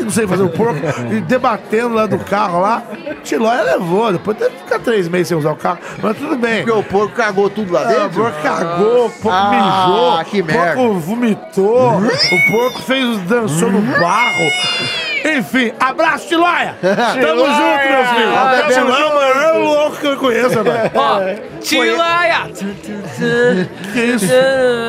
Não sei fazer o [LAUGHS] porco. E debatendo lá do carro lá. Tilóia levou. Depois teve que ficar três meses sem usar o carro. Mas tudo bem. Porque o porco cagou tudo lá Ah, O dentro. porco cagou, o porco Ah, mijou, que Hum? o porco merda. vomitou, o porco fez dançou no barro. Enfim, abraço, [LAUGHS] Tiloia! Tamo Tiloia! junto, meu filho! Ah, Tamo bebê, junto, é o maior louco que eu conheço, [LAUGHS] rapaz! Ó, Tilaia! É. [LAUGHS] Que isso?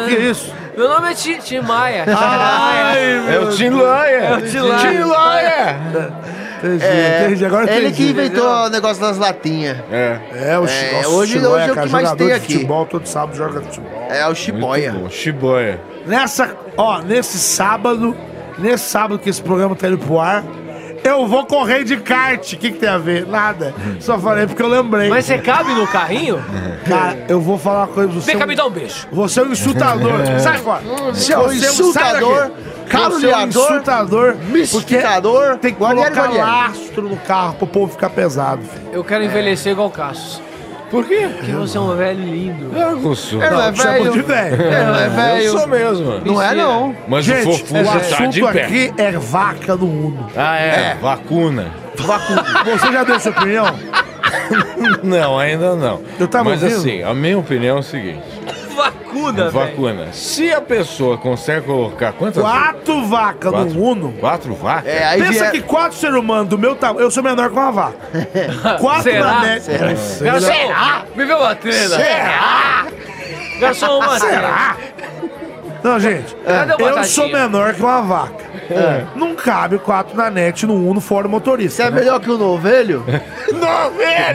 Que isso? Meu nome é Ti- Tim Maia. Ai, É o Tim É. Laia. É Tim Laia. Entendi, É, entendi. Agora entendi. ele que inventou o negócio das latinhas. É. É, o É, nossa, hoje- Tiloia, hoje é o que cara, mais jogador tem de aqui. futebol, todo sábado joga futebol. É o Muito Chiboia. bom. Chiboia. Nessa, ó, nesse sábado, nesse sábado que esse programa tá indo pro ar, eu vou correr de kart. O que, que tem a ver? Nada. Só falei porque eu lembrei. Mas você cabe no carrinho? É. Cara, eu vou falar uma coisa pra você. Vem cá, me dá um beijo. Você é um insultador. Sai fora. Você é um Você é um insultador, Você é um caluniador, insultador. mistificador, porque Tem que Guarnieri, colocar Guarnieri. lastro no carro pro povo ficar pesado. filho. Eu quero envelhecer igual o Cassius. Por quê? Porque você é um velho lindo. É, Gusso. Ele não é Te Chamou de velho. velho. Ele não é Eu sou velho. mesmo. Não é, não. Mas Gente, o o fofura tá de assunto pé. aqui é vaca do mundo. Ah, é. Vacuna. [LAUGHS] Você já deu sua opinião? Não, ainda não. Eu tava Mas ouvindo. assim, a minha opinião é o seguinte. Vacuna, velho. Vacuna. Se a pessoa consegue colocar quantas... Quatro vacas Quatro. no Uno. Quatro vacas? É, aí Pensa vier- que quatro seres humanos do meu tamanho. Eu sou menor que uma vaca. Quatro Será? na média. Garçom, me vê uma trena. Garçom, uma trena. Não, gente. Cadê o Eu batatinha? É. sou menor que uma vaca. Não cabe quatro na net no Uno fora o Você é motorista. né? melhor que o novelho?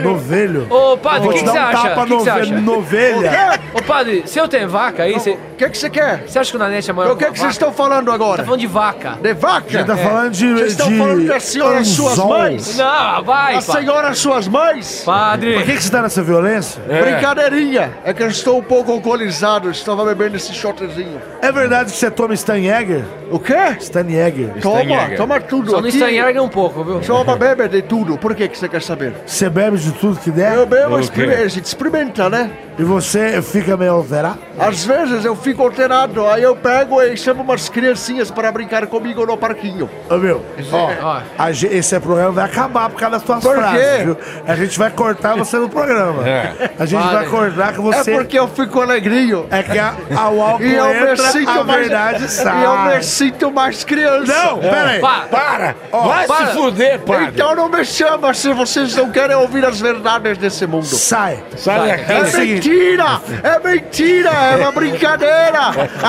Novelho. é Ô, padre, Vou o que te que dar você um acha? tapa O que que você acha? nove- novelha. Ô, padre, se eu tenho vaca aí, você O que que você quer? você acha que o Nanete é maior O que uma que vaca? vocês estão falando agora? Tá falando de vaca. De vaca? Ele É. tá falando de. Vocês estão de falando que a senhora é suas anzol. mães? Não, vai, A padre. senhora é suas mães? Por Padre. que, que você tá nessa violência? É. Brincadeirinha. É que eu estou um pouco alcoolizado. Estava bebendo esse shotzinho. É verdade que você toma Steinegger? O quê? Steinegger. Toma, Steinhäger. toma tudo Só não aqui. estranharga um pouco, viu? Toma, bebe de tudo. Por que que você quer saber? Você bebe de tudo que der Eu bebo, Ok. experimento, a gente experimenta, né? e você fica meio alterado? Às vezes eu fico alterado, aí eu pego e chamo umas criancinhas para brincar comigo no parquinho. Ô meu, ó, Ó. a ge- esse programa vai acabar por causa das suas é, Por frases, quê? viu? A gente vai cortar você no programa. É. A gente vai Vale. cortar que você. É porque eu fico alegrinho. é que a, a, o álcool [LAUGHS] E eu me entra, sinto a mais. verdade sai. [LAUGHS] E eu me sinto mais criança. Não, pera aí. Pa- Para! Vai para. se fuder, padre! Então não me chama se vocês não querem ouvir as verdades desse mundo. Sai. Sai daqui! É É o seguinte- mentira! É mentira! É uma brincadeira!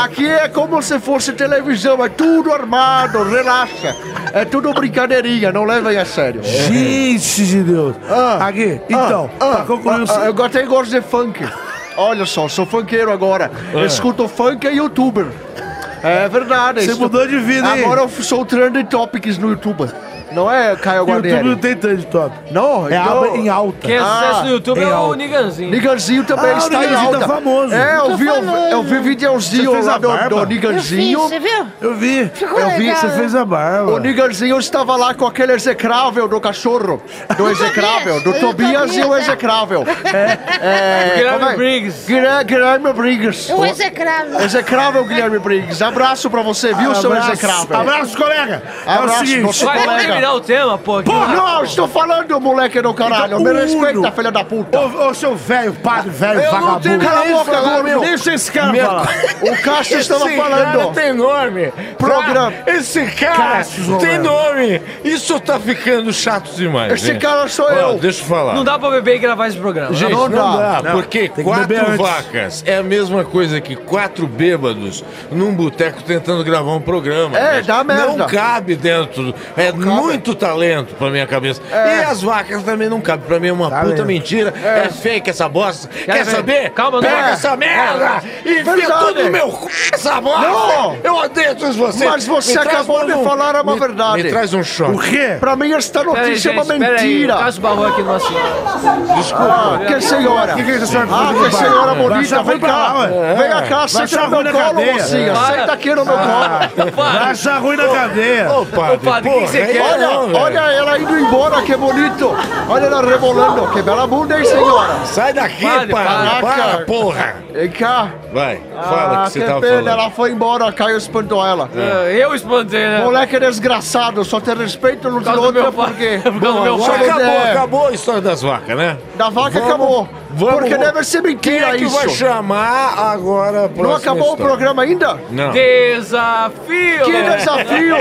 Aqui é como se fosse televisão, é tudo armado, relaxa. É tudo brincadeirinha, não levem a sério. Gente de Deus. É. Ah, Aqui, ah, então, ah, pra concluir o ah, ah, eu até gosto de funk. Olha só, sou funkeiro agora. É. Escuto funk e youtuber. É verdade. Você estou- mudou de vida, hein? Agora eu sou trending topics no YouTube. Não é, Caio YouTube tá- não Guarnieri? tem tanto top. Não, É então- aba em alta. Quem é Ah, sucesso no YouTube em é o alta. Niganzinho. Niganzinho também Ah, o está em Niganzinho tá alta. famoso. É, eu Tá vi, eu, famoso. eu vi Você videozinho fez lá a do, barba? do Eu fiz, Niganzinho. você viu? Eu vi. Ficou Eu vi, legal. Você fez a barba. O Niganzinho estava lá com aquele execrável do cachorro. Do execrável. Do Eu Tobias e o Tobias, é. execrável. É, é, Guilherme como é? Briggs. Guilher- Guilherme Briggs. Eu execravo. Execrável Guilherme Briggs. Abraço pra você, viu, seu execrável? Abraço, colega. é o Abraço, seguinte. nosso Vai colega. terminar o tema, pô. que- Porra, não, estou falando, moleque do caralho. Então, Me o respeita, Uno. filha da puta. Ô, ô, seu velho, padre, velho, Eu não vagabundo. tenho cala a boca agora, meu. Deixa esse cara [LAUGHS] Meu- falar. O Cássio estava Esse falando. cara é tem nome. Programa. Tá? Esse cara Cassius Romero. tem nome. Isso tá ficando chato demais. Esse gente. cara sou Ó, eu. Deixa eu falar. Não dá pra beber e gravar esse programa. Gente, não não, dá. dá, Não, porque tem que beber quatro antes. vacas é a mesma coisa que quatro bêbados num boteco tentando gravar um programa. É, gente. dá merda. Não cabe dentro. É muito talento pra minha cabeça. E as vacas também não cabem. Pra mim é uma puta Talento. mentira. É. fake essa bosta. Quer ver? saber? Calma, não. Pega É. essa merda e enfia Verdade. tudo no meu cu, essa bosta. Não. Eu odeio todos vocês. Mas você Me traz acabou mais de falar uma me- verdade. Me traz um choque. O quê? Pra mim, esta Pera aí, notícia é uma gente, pera aí. mentira. O Cássio barrou aqui no nosso... Ah, que senhora. O que, que é essa senhora Ah, fazendo, que pai? senhora Vai achar bonita. ruim Vem pra cá. lá, ué. Vem cá, Vai senta achar no ruim meu na colo, cadeia. mocinha. Para. Senta aqui no meu colo. Vai achar ruim na cadeia. Ô, padre, padre, o que que você porra, quer? é Olha, não, velho. olha ela indo embora, que bonito. Olha ela rebolando. Que bela bunda, hein, senhora. Sai daqui, Padre, para, para, para, cara. porra! Vem cá. Vai, fala Ah, que você tava pena, falando. ela foi embora, Caio espantou ela. É, Eu espantei, né? Moleque é desgraçado, só tem respeito no causa do outro meu porque... pai. [LAUGHS] Por causa do meu Bom, Só pai. agora acabou, é- acabou a história das vacas, né? Da vaca Vamos acabou. Vamos- porque deve ser Quem mentira é que isso. vai chamar agora a próxima Não acabou o história? programa ainda? Não. Desafio! né? Que desafio!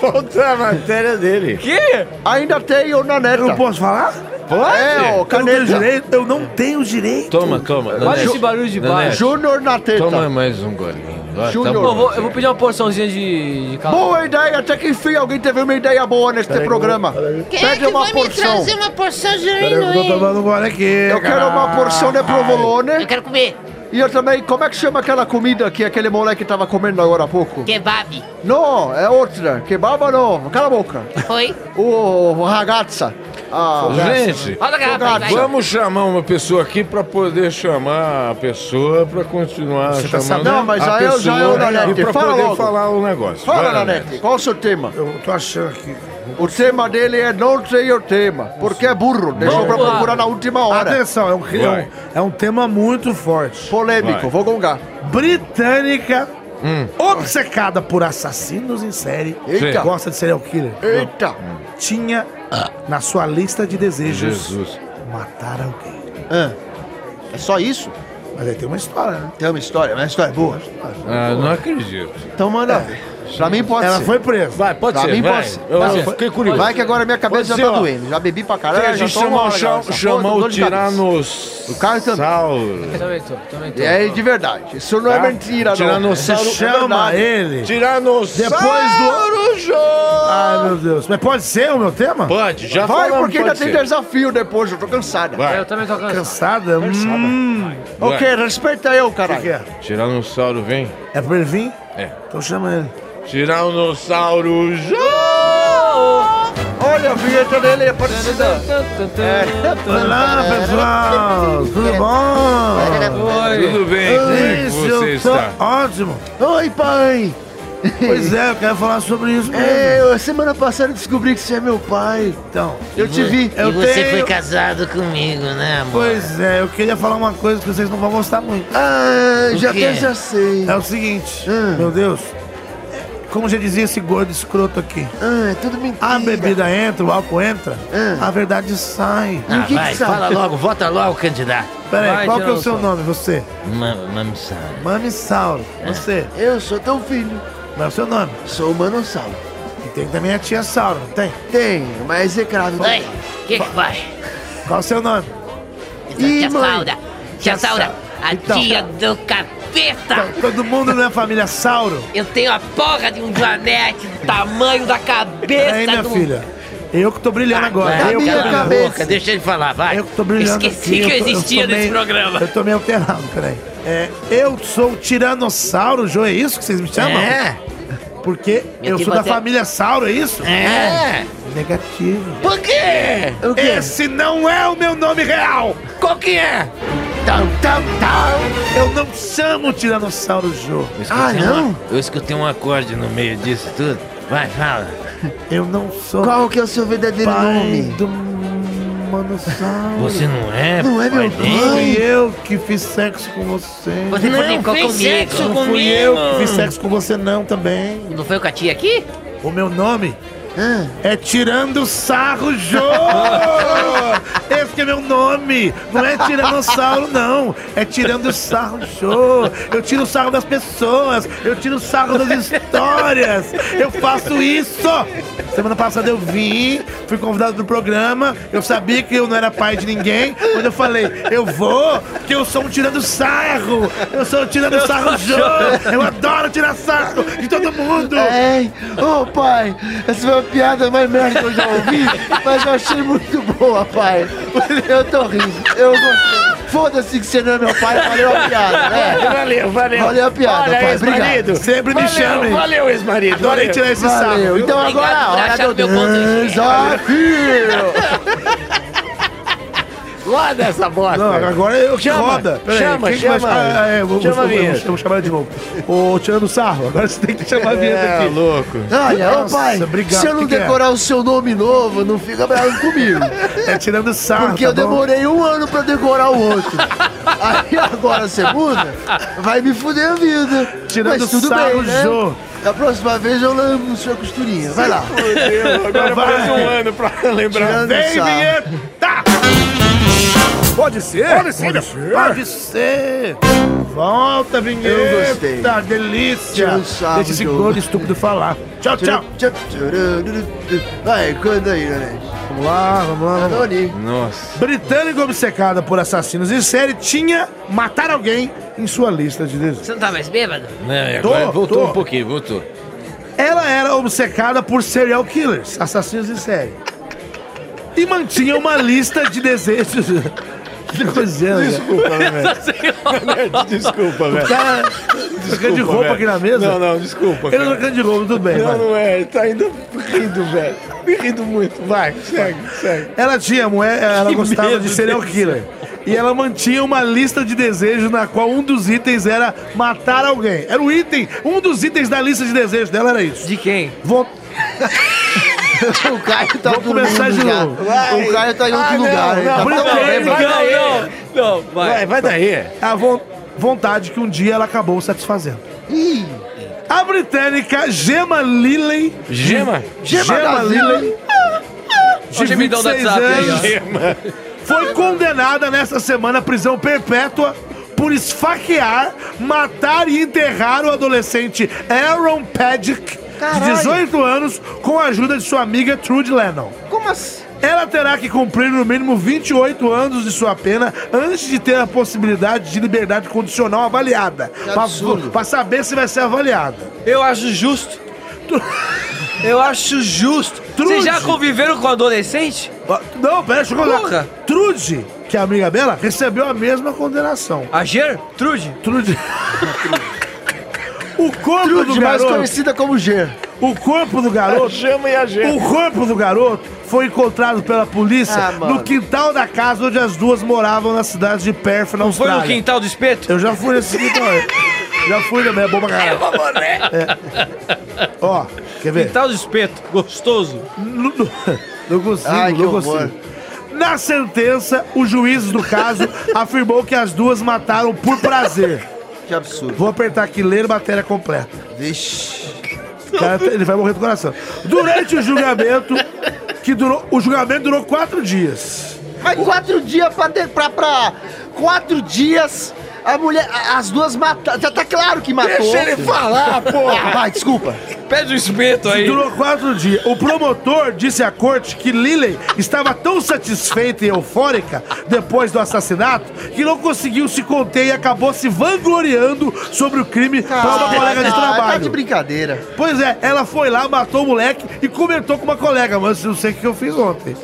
Falta a matéria dele. Que? Ainda tem o Naneta. Eu não posso falar? É, ô, Eu não tenho caneta. direito. Eu não tenho direito. Toma, toma. Olha Nanete. esse barulho de Nanete, baixo. Júnior na teta. Toma mais um golinho. Vai, Júnior. Eu vou, eu vou pedir uma porçãozinha de, de caldo. Boa ideia, até que enfim alguém teve uma ideia boa neste programa. Quem é Pede que uma vai me porção. trazer uma porção de Peraí, eu tô amendoim? tomando um gole aqui. Eu quero uma porção de Eu provolone quero comer e eu também, como é que chama aquela comida que aquele moleque tava comendo agora há pouco? kebab. Não, é outra. Kebaba não, cala a boca. Oi? O ragazza. Ah, Gente, Roda a garrafa aí, vai. vamos chamar uma pessoa aqui pra poder chamar a pessoa pra continuar tá chamando sabendo? Não, mas a já eu- pessoa já eu, Nanete, e pra fala poder logo. falar o negócio. Fala, Vai, Nanete, qual é o seu tema? Eu tô achando aqui. O tema dele é não sei o tema, porque é burro. Deixou pra Vamos lá. procurar na última hora. Atenção, é um, é um- Vai. é um tema muito forte. Polêmico, Vai. vou gongar. Britânica, obcecada por assassinos em série, Hum. Eita. gosta de serial killer, Eita. tinha Ah. na sua lista de desejos Jesus. matar alguém. É só isso? Mas aí tem uma história, né? Tem uma história, mas a história é boa. Ah, não acredito. Então manda ver. Pra mim pode Ela ser. foi presa. Vai, pode Pra ser, mim vai. pode ser. Eu Tá, assim, foi- fiquei curioso. Vai que agora minha cabeça Pode já ser, tá ó. doendo. Já bebi pra Tem caralho. a gente já tô uma chamar o, hora, cham, essa chamar porra, o dor de cabeça. Tiranos... O cara também. Sauro. Também tô, também tô. E É de verdade. Isso não é mentira, não. Você é Tiranossauro. Tá? chama ele. Tiranossauro. Depois João. Ai, meu Deus. Mas pode ser o meu tema? Ah, Pode, já Vai, um falamos, porque pode ainda tem ser. desafio depois. Eu tô cansada. Vai. Eu também tô cansado. Cansada? Hum. Vai. Ok, respeita eu, O que, que caralho. é? Tiranossauro, vem. É pra ele vir? É. Então chama ele. Tiranossauro. João. é? Olha, a vinheta dele é parecida. É. Olá, pessoal! Tudo bom? Oi. Tudo bem, como é que Isso, você eu tô está? ótimo. Oi, pai. Pois é, eu quero falar sobre isso mesmo. [LAUGHS] É, eu- semana passada eu descobri que você é meu pai. Então, Eu te vi. E eu você tenho... foi casado comigo, né, amor? Pois é, eu queria falar uma coisa que vocês não vão gostar muito. Ah, O já assim. quê? até já sei. É o seguinte, Hum. meu Deus, como já dizia esse gordo escroto aqui, Ah, é tudo mentira. a bebida entra, o álcool entra, Hum. a verdade sai. Ah, o que vai, que sabe? fala logo, vota logo, candidato. Peraí, Vai, qual que é o seu Tirano nome, você? Mano, mano, sabe. Mamissauro, É. você. Eu sou teu filho. Qual é o seu nome? Sou o Manossauro. E tem também a tia Sauro, não tem? Tem, mas é claro. Oi, o que que faz? Qual é o seu nome? Ih, Tia mãe. Saura, tia Saura, a Então. tia do capeta. Todo mundo não é família Sauro? Eu tenho a porra de um planete do tamanho da cabeça Aí, minha do... Ah, filha, eu que tô brilhando agora. Vai, eu, minha cala a cabeça. boca, deixa ele falar, vai. eu que tô brilhando Esqueci aqui, que eu tô- existia tô meio- nesse programa. Eu tô meio alterado, peraí. É, eu sou o Tiranossauro, Jô, é isso que vocês me chamam? É, Porque E eu aqui sou da você- família Sauro, é isso? é. Negativo. Por quê? O quê? Esse não é o meu nome real! Qual que é? Tal, tal, tal. Eu não chamo o Tiranossauro Jô. Ah, não? Eu escutei um acorde no meio disso tudo. Vai, fala. Eu não sou Qual que é o seu verdadeiro pai nome? do Manossauro. Você não é, Não é meu Fui pai. eu que fiz sexo com você. Você não, brincou comigo. Não fui eu que fiz sexo com você, não, também. Não foi com a tia aqui? O meu nome Ah, é Tirando Sarro Jô! Esse que é meu nome! Não é Tiranossauro, não! É Tirando Sarro Jô! Eu tiro sarro das pessoas! Eu tiro sarro das histórias! Eu faço isso! Semana passada eu vim, fui convidado pro programa, eu sabia que eu não era pai de ninguém, quando eu falei, eu vou, porque eu sou um tirando sarro! Eu sou um tirando sarro Jô! Eu adoro tirar sarro de todo mundo! é. Ô, pai, essa foi a piada mais merda que eu já ouvi, mas eu achei muito boa, pai. Eu tô rindo, eu gostei. Foda-se que você não é meu pai, valeu a piada, né? Valeu, valeu. Valeu a piada, Olha, pai, ex-marido. Sempre me Valeu, chamem! Valeu, ex-marido. Adorei valeu. tirar esse sarro! Valeu. Então Obrigado agora, por achar olha o meu ponto de vista. desafio. Roda essa bosta. Não, agora eu que Chama, roda. Peraí, chama, quem que vai- chama. Ah, é, eu vou, Chama vou- a vinheta. vou- vou chamar de novo. Ô, tirando sarro, agora você tem que chamar a vinheta É, aqui. louco. Olha, ô, Nossa, pai, obrigado. se eu não Que que é? decorar o seu nome novo, não fica bravo comigo. É tirando sarro, Porque tá eu bom? demorei um ano pra decorar o outro. Aí agora você muda, vai me fuder a vida. Tirando Mas tudo sarro, bem, né? Jô. Da próxima vez eu lembro sua costurinha. Vai lá. Agora Mais um ano pra lembrar. Tirando Vem, sarro. vinheta! Pode ser? Pode ser, pode ser. Pode ser. Volta, vinheta. Eu gostei. delícia. Tira um sarro Deixa esse que eu- gordo estúpido falar. Tchau, tchau. Vai, canta aí, né? Vamos lá, vamos lá, vamos lá. Tony. Nossa. Britânica obcecada por assassinos em série tinha matar alguém em sua lista de desejos. Você não tá mais bêbado? Não, e agora Tô, voltou tô. um pouquinho, voltou. Ela era obcecada por serial killers, assassinos em série. E mantinha uma lista de desejos. [LAUGHS] Que coisa, né? Desculpa, [LAUGHS] velho. Desculpa, velho. Tá Cara, trocando de roupa velho. aqui na mesa? né? Não, não, desculpa. Ele cara. trocando de roupa, tudo bem. vai. Não, não é. Ele Tá ainda rindo, velho. Me rindo muito. Vai, segue, segue. Ela tinha mulher, ela Que gostava medo de serial desse. killer. E ela mantinha uma lista de desejos na qual um dos itens era matar alguém. Era o item, um dos itens da lista de desejos dela era isso. De quem? Vou, O Caio tá Vou em começar de lugar. novo. O Caio tá em outro Ah, não, lugar. ele não, tá por falando favor, bem, vai mano. daí. Não, não, vai. Vai, vai daí. É a von- vontade que um dia ela acabou satisfazendo. A britânica Gemma Lilley. Gema? Gemma, Gemma Lilley. Ó o De gemidão do 26 WhatsApp aí, ó. anos, foi condenada nesta semana à prisão perpétua por esfaquear, matar e enterrar o adolescente Aaron Paddock, de 18 anos, com a ajuda de sua amiga Trude Lennon. Como assim? Ela terá que cumprir no mínimo 28 anos de sua pena antes de ter a possibilidade de liberdade condicional avaliada. Pra- absurdo. Pra saber se vai ser avaliada. Eu acho justo. [LAUGHS] Eu acho justo. Trude. Vocês já conviveram com adolescente? Ah, Não, pera, deixa eu colocar. Porra. Trude, que é amiga dela, recebeu a mesma condenação. A Ger? Trude? Trude. o corpo do Trude, mais garoto. conhecida como G. O corpo [LAUGHS] do garoto. Chama e a gente. O corpo do garoto foi encontrado pela polícia Ah, mano. no quintal da casa onde as duas moravam na cidade de Perth, na Foi Austrália. no quintal do espeto? Eu já fui nesse quintal. aí. Já fui também, é bom pra caralho. É. Ó, quer ver? Quintal do espeto. Gostoso. Não, não- não consigo, Ai, que não consigo. horror. Na sentença, o juiz do [LAUGHS] caso afirmou que as duas mataram por prazer. Que absurdo. Vou apertar aqui, ler matéria completa. Vixe. O cara, tá- ele vai morrer do coração. Durante o julgamento, que durou. O julgamento durou quatro dias. Mas quatro dias pra, de, pra, pra- Quatro dias. A mulher. a- As duas mataram. Já tá claro que matou. Deixa ele falar, Ah, porra. vai, desculpa. Pede o espeto aí. Durou quatro dias. O promotor disse à corte que Lilley estava tão satisfeita e eufórica depois do assassinato que não conseguiu se conter e acabou se vangloriando sobre o crime para uma colega de Ah, Tá de trabalho. brincadeira. Pois é, ela foi lá, matou o moleque e comentou com uma colega, mas eu não sei o que eu fiz ontem.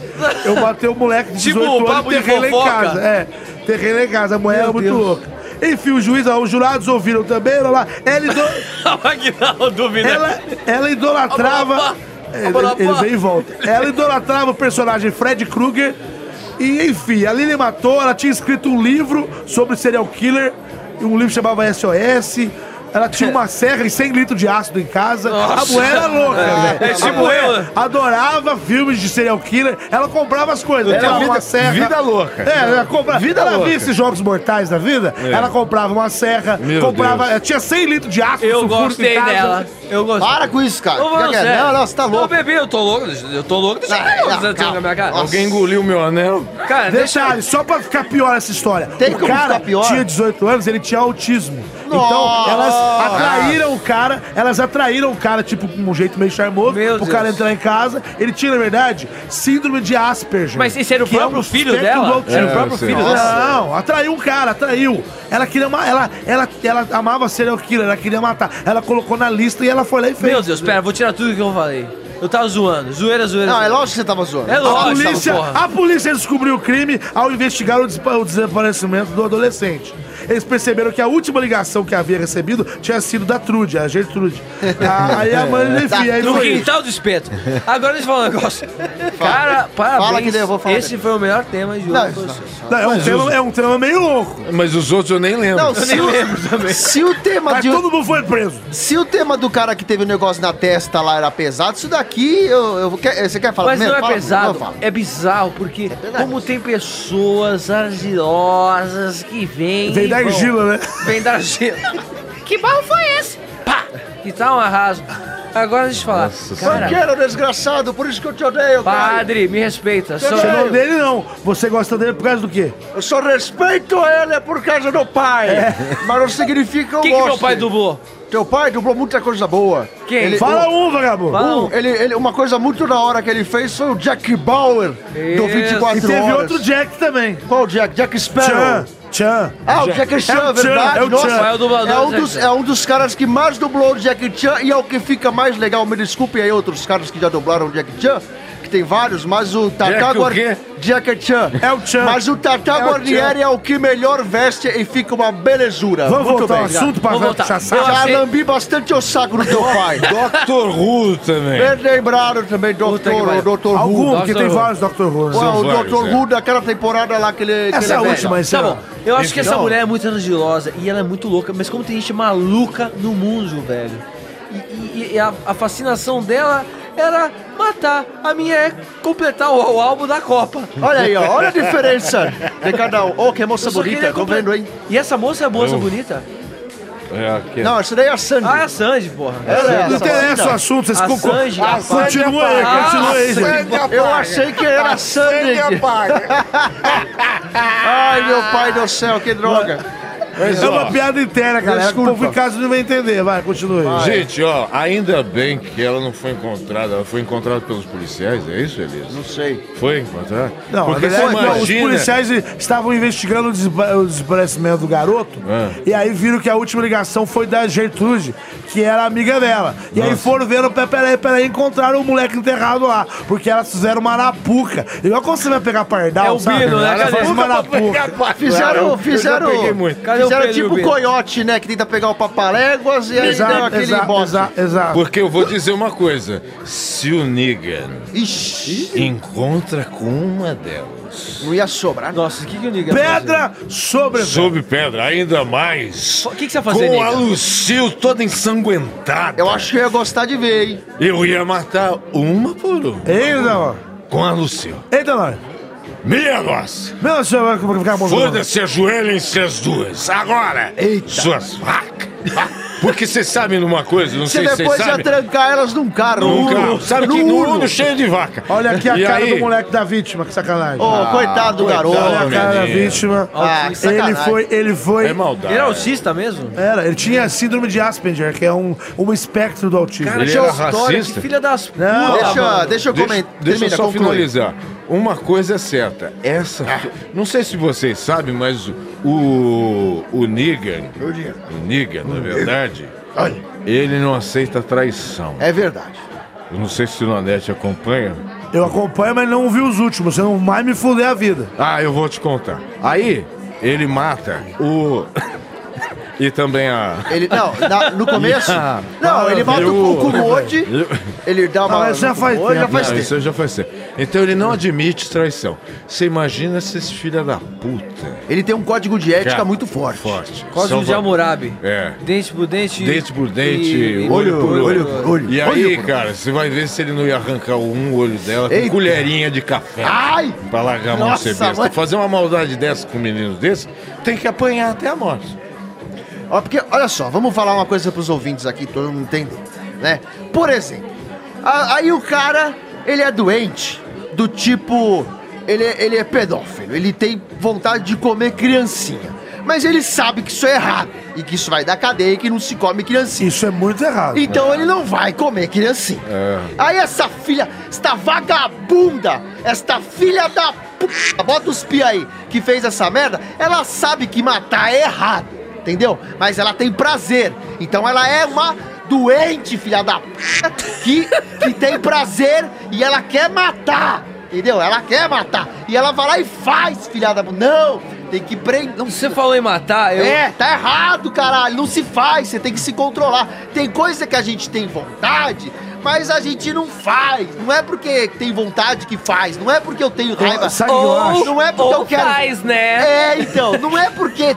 Eu matei o moleque de Tipo 18 um anos papo e de enterrei lá em fofoca. casa. É, enterrei lá em casa, a mulher era muito Deus. louca. Enfim, os juízes, ó, os jurados ouviram também, olha lá. Ela, ido- Agnaldo, né? dúvida. ela, ela idolatrava. É, Ele, ele vem e volta. Ela idolatrava o personagem Fred Krueger. E enfim, a Lily matou, ela tinha escrito um livro sobre serial killer. e Um livro chamava SOS. Ela tinha uma serra e 100 litros de ácido em casa. A mulher era louca, velho. é tipo a mulher eu, né? adorava filmes de serial killer. Ela comprava as coisas. Era Ela comprava vida- uma serra. vida louca. É, ela comprava. Vida ela louca. É. via esses jogos mortais da vida. Ela comprava uma serra, Meu comprava. Tinha 100 litros de ácido Eu sulfúrico em gostei casa. dela. Eu gostei. Para com isso, cara. Ô, mano, Fica quieto. sério. não, não, você tá Não, louco. bebê, eu tô louco. Eu tô louco, deixa eu Não, ver. não, Você tá calma. na minha cara. Nossa. Alguém engoliu meu anel? Cara, deixa Detalhe, só pra ficar pior essa história. Tem o como cara ficar pior? tinha 18 anos, ele tinha autismo. Então, Nossa! elas atraíram o cara, elas atraíram o cara, tipo, com um jeito meio charmoso, Meu pro Deus. cara entrar em casa. Ele tinha, na verdade, síndrome de Asperger. Mas esse era o que é próprio um filho espectro do dela? autismo. Era o É, próprio eu sei. filho dela? Não, atraiu um cara, atraiu. Ela queria ma- ela, ela, ela amava serial killer, ela queria matar. Ela colocou na lista e ela foi lá e fez. Meu Deus, pera, vou tirar tudo que eu falei. Eu tava zoando. Zoeira, zoeira. Não, é zoeira. lógico que você tava zoando. É A lógico, polícia, porra. a polícia descobriu o crime ao investigar o, despa- o desaparecimento do adolescente. Eles perceberam que a última ligação que havia recebido tinha sido da Trude, a Gertrude. A- aí a mãe, enfim, aí No foi isso. quintal do espeto. Agora deixa eu falar um negócio. Cara, parabéns. que daí eu vou falar Esse foi o melhor tema de Não, hoje. não, Não, é, um tema, é um tema meio louco. Mas os outros eu nem lembro. Não, se, o, se o tema Mas de, todo mundo foi preso. se o tema do cara que teve o negócio na testa lá era pesado, isso daqui eu, eu quer- você quer falar Mas primeiro? não é Fala, pesado, não, fala. é bizarro, porque verdade. como tem pessoas ardilosas que vêm... Vem da e vão- argila, né? [LAUGHS] Vem da argila. Que barro foi esse? Pá! E que tá um arraso. Agora deixa eu te falar. cara, Banqueiro, desgraçado, por isso que eu te odeio, cara. padre, me respeita. Você sou- não é um Não dele não. Você gosta dele por causa do quê? Eu só respeito ele por causa do pai. É. Mas não significa eu Quem que é gosto. meu pai dublou? Teu pai dublou muita coisa boa. Quem? Fala um, vagabundo. Fala um, Ele, ele, uma coisa muito da hora que ele fez foi o Jack Bauer do Isso. 24 E teve Horas. outro Jack também. Qual Jack? Jack Sparrow. Tchan, tchan. Ah, o Jack Chan, é verdade. É o Nossa, Tchan. É o dublador é um do Jack dos, Chan. é um dos caras que mais dublou o Jack Chan e é o que fica mais legal. Me desculpem aí outros caras que já dublaram o Jack Chan, que tem vários, mas o Tata Jack o Guarnieri... quê? Jack Chan. É o Chan. Mas o Tata É o Guarnieri é o que melhor veste e fica uma belezura. Vamos Muito voltar ao bem. assunto Vamos pra voltar. chassar. Já achei- lambi bastante o saco do [LAUGHS] teu pai. Doctor Who também. Bem lembrado também, Puta que doutor, pariu. doutor Who. Algum, porque Dr. tem Who. vários Dr. Who. né? Ué, o vários, doutor é. Who daquela temporada lá que ele... que ele Essa é a velho. última, essa Tá é bom. Eu acho que essa Então- mulher é muito argilosa e ela é muito louca, mas como tem gente maluca no mundo, velho. E, e- e a, a fascinação dela era matar. A minha é completar o, o álbum da Copa. Olha aí, ó, olha a diferença de cada um. Ô, que moça Eu só bonita, queria tô comple- vendo, hein? E essa moça é moça Eu- bonita? É, aqui. Não, essa daí é a Sandy. Ah, é a Sandy, porra. Ela é Não essa interessa o bonita. assunto, vocês A concor- Sanji, a Continua aí, Sanji continua aí. apaga. Eu achei que era a é Sandy. Ai, meu pai do céu, que droga. Mas, É ó, uma piada interna, galera. que O povo Desculpa. em casa não vai entender. Vai, continua aí. Gente, ó, ainda bem que ela não foi encontrada. Ela foi encontrada pelos policiais, é isso, Elias? Não sei. Foi encontrada? Não, na Porque você verdade, não, os imagina... policiais estavam investigando o desba- o desaparecimento do garoto É. e aí viram que a última ligação foi da Gertrude, que era amiga dela. E aí Nossa. foram vendo, pe- peraí, peraí, encontraram o moleque enterrado lá, porque elas fizeram uma arapuca. Igual quando você vai pegar pardal, É o sabe? Bino, né? Ela Cadê? faz uma arapuca. Fizeram, fizeram, peguei muito. Cadê o fizeram Pedro e o tipo Pedro? coiote, né? Que tenta pegar o papaléguas e aí deu Exato, aquele exato, bote. exato, exato. Porque eu vou dizer uma coisa. Se o Negan Ixi, encontra com uma delas... não ia sobrar. não. Nossa, o que, que o Nigga ia fazer? Pedra sobre Sob pedra, ainda mais... O que, que você ia fazer, Com a Nigga? Lucille toda ensanguentada. Eu acho que eu ia gostar de ver, hein? Eu ia matar uma por uma. Eita, ó. Com a Lucille. Eita, nós. Minha nossa! Meu senhor, vai ficar bom. Foda-se, ajoelhem-se as duas. Agora! Suas vacas! Porque vocês sabem de uma coisa, não Você sei se vocês depois ia sabem. trancar elas num carro. Nunca. Sabe que no Uno. mundo cheio de vaca. Olha aqui a E cara aí, do moleque da vítima, que sacanagem. Ô, coitado do coitado, garoto. Olha a cara da menino. vítima. Ah, que Ele sacanagem. foi, ele foi. É maldade. Ele era autista mesmo? Era, ele tinha síndrome de Asperger, que é um, um espectro do autismo. Cara, Ele- Ele era história, que racista. filha das putas, Não, Deixa, deixa eu Deixa, comentar. deixa eu Termina, só conclui. finalizar. Uma coisa é certa, essa. Não sei se vocês sabem, mas o. O Negan. O Negan, na verdade. Ele não aceita traição. É verdade. Eu não sei se o Nanete acompanha. Eu acompanho, mas não vi os últimos. Você não vai me fuder a vida. Ah, eu vou te contar. Aí, ele mata o. [COUGHS] e também a. Ele, não, na- no começo. Ah, não, ele mata eu- o Kukumode. Ele dá uma. Ah, mas já no faz Kukumode, tempo, Já faz Não, tempo. isso já foi certo. Então ele não admite traição. Você imagina esses filha da puta. Ele tem um código de ética Cara, muito forte. Forte. Código São de va- Hammurabi. É. Dente por dente. Dente por dente, um e- olho por olho. por olho. E Olho aí, por olho. cara, você vai ver se ele não ia arrancar um olho dela com Eita. colherinha de café. Ai! Pra largar a mão de Nossa, ser besta. mãe. Fazer uma maldade dessa com um menino desse, tem que apanhar até a morte. Ó, porque, olha só, vamos falar uma coisa pros ouvintes aqui, todo mundo entender, né? Por exemplo, a- aí o cara, ele é doente, do tipo, ele, é- ele é pedófilo, ele tem vontade de comer criancinha. Mas ele sabe que isso é errado, e que isso vai dar cadeia e que não se come criancinha. Isso é muito errado. Então ele não vai comer criancinha. É. Aí essa filha, esta vagabunda, esta filha da puta, bota os pia aí, que fez essa merda, ela sabe que matar é errado, entendeu? Mas ela tem prazer. Então ela é uma doente, filha da puta, que, que tem prazer e ela quer matar. Entendeu? Ela quer matar. E ela vai lá e faz, filha da. puta. Não! Tem que prender. Não, Você falou em matar, eu. é, tá errado, caralho. Não se faz, você tem que se controlar. Tem coisa que a gente tem vontade, mas a gente não faz. Não é porque tem vontade que faz. Não é porque eu tenho raiva. sabe o que eu acho? Não é porque ou eu quero. faz, né? É, então. Não é porque,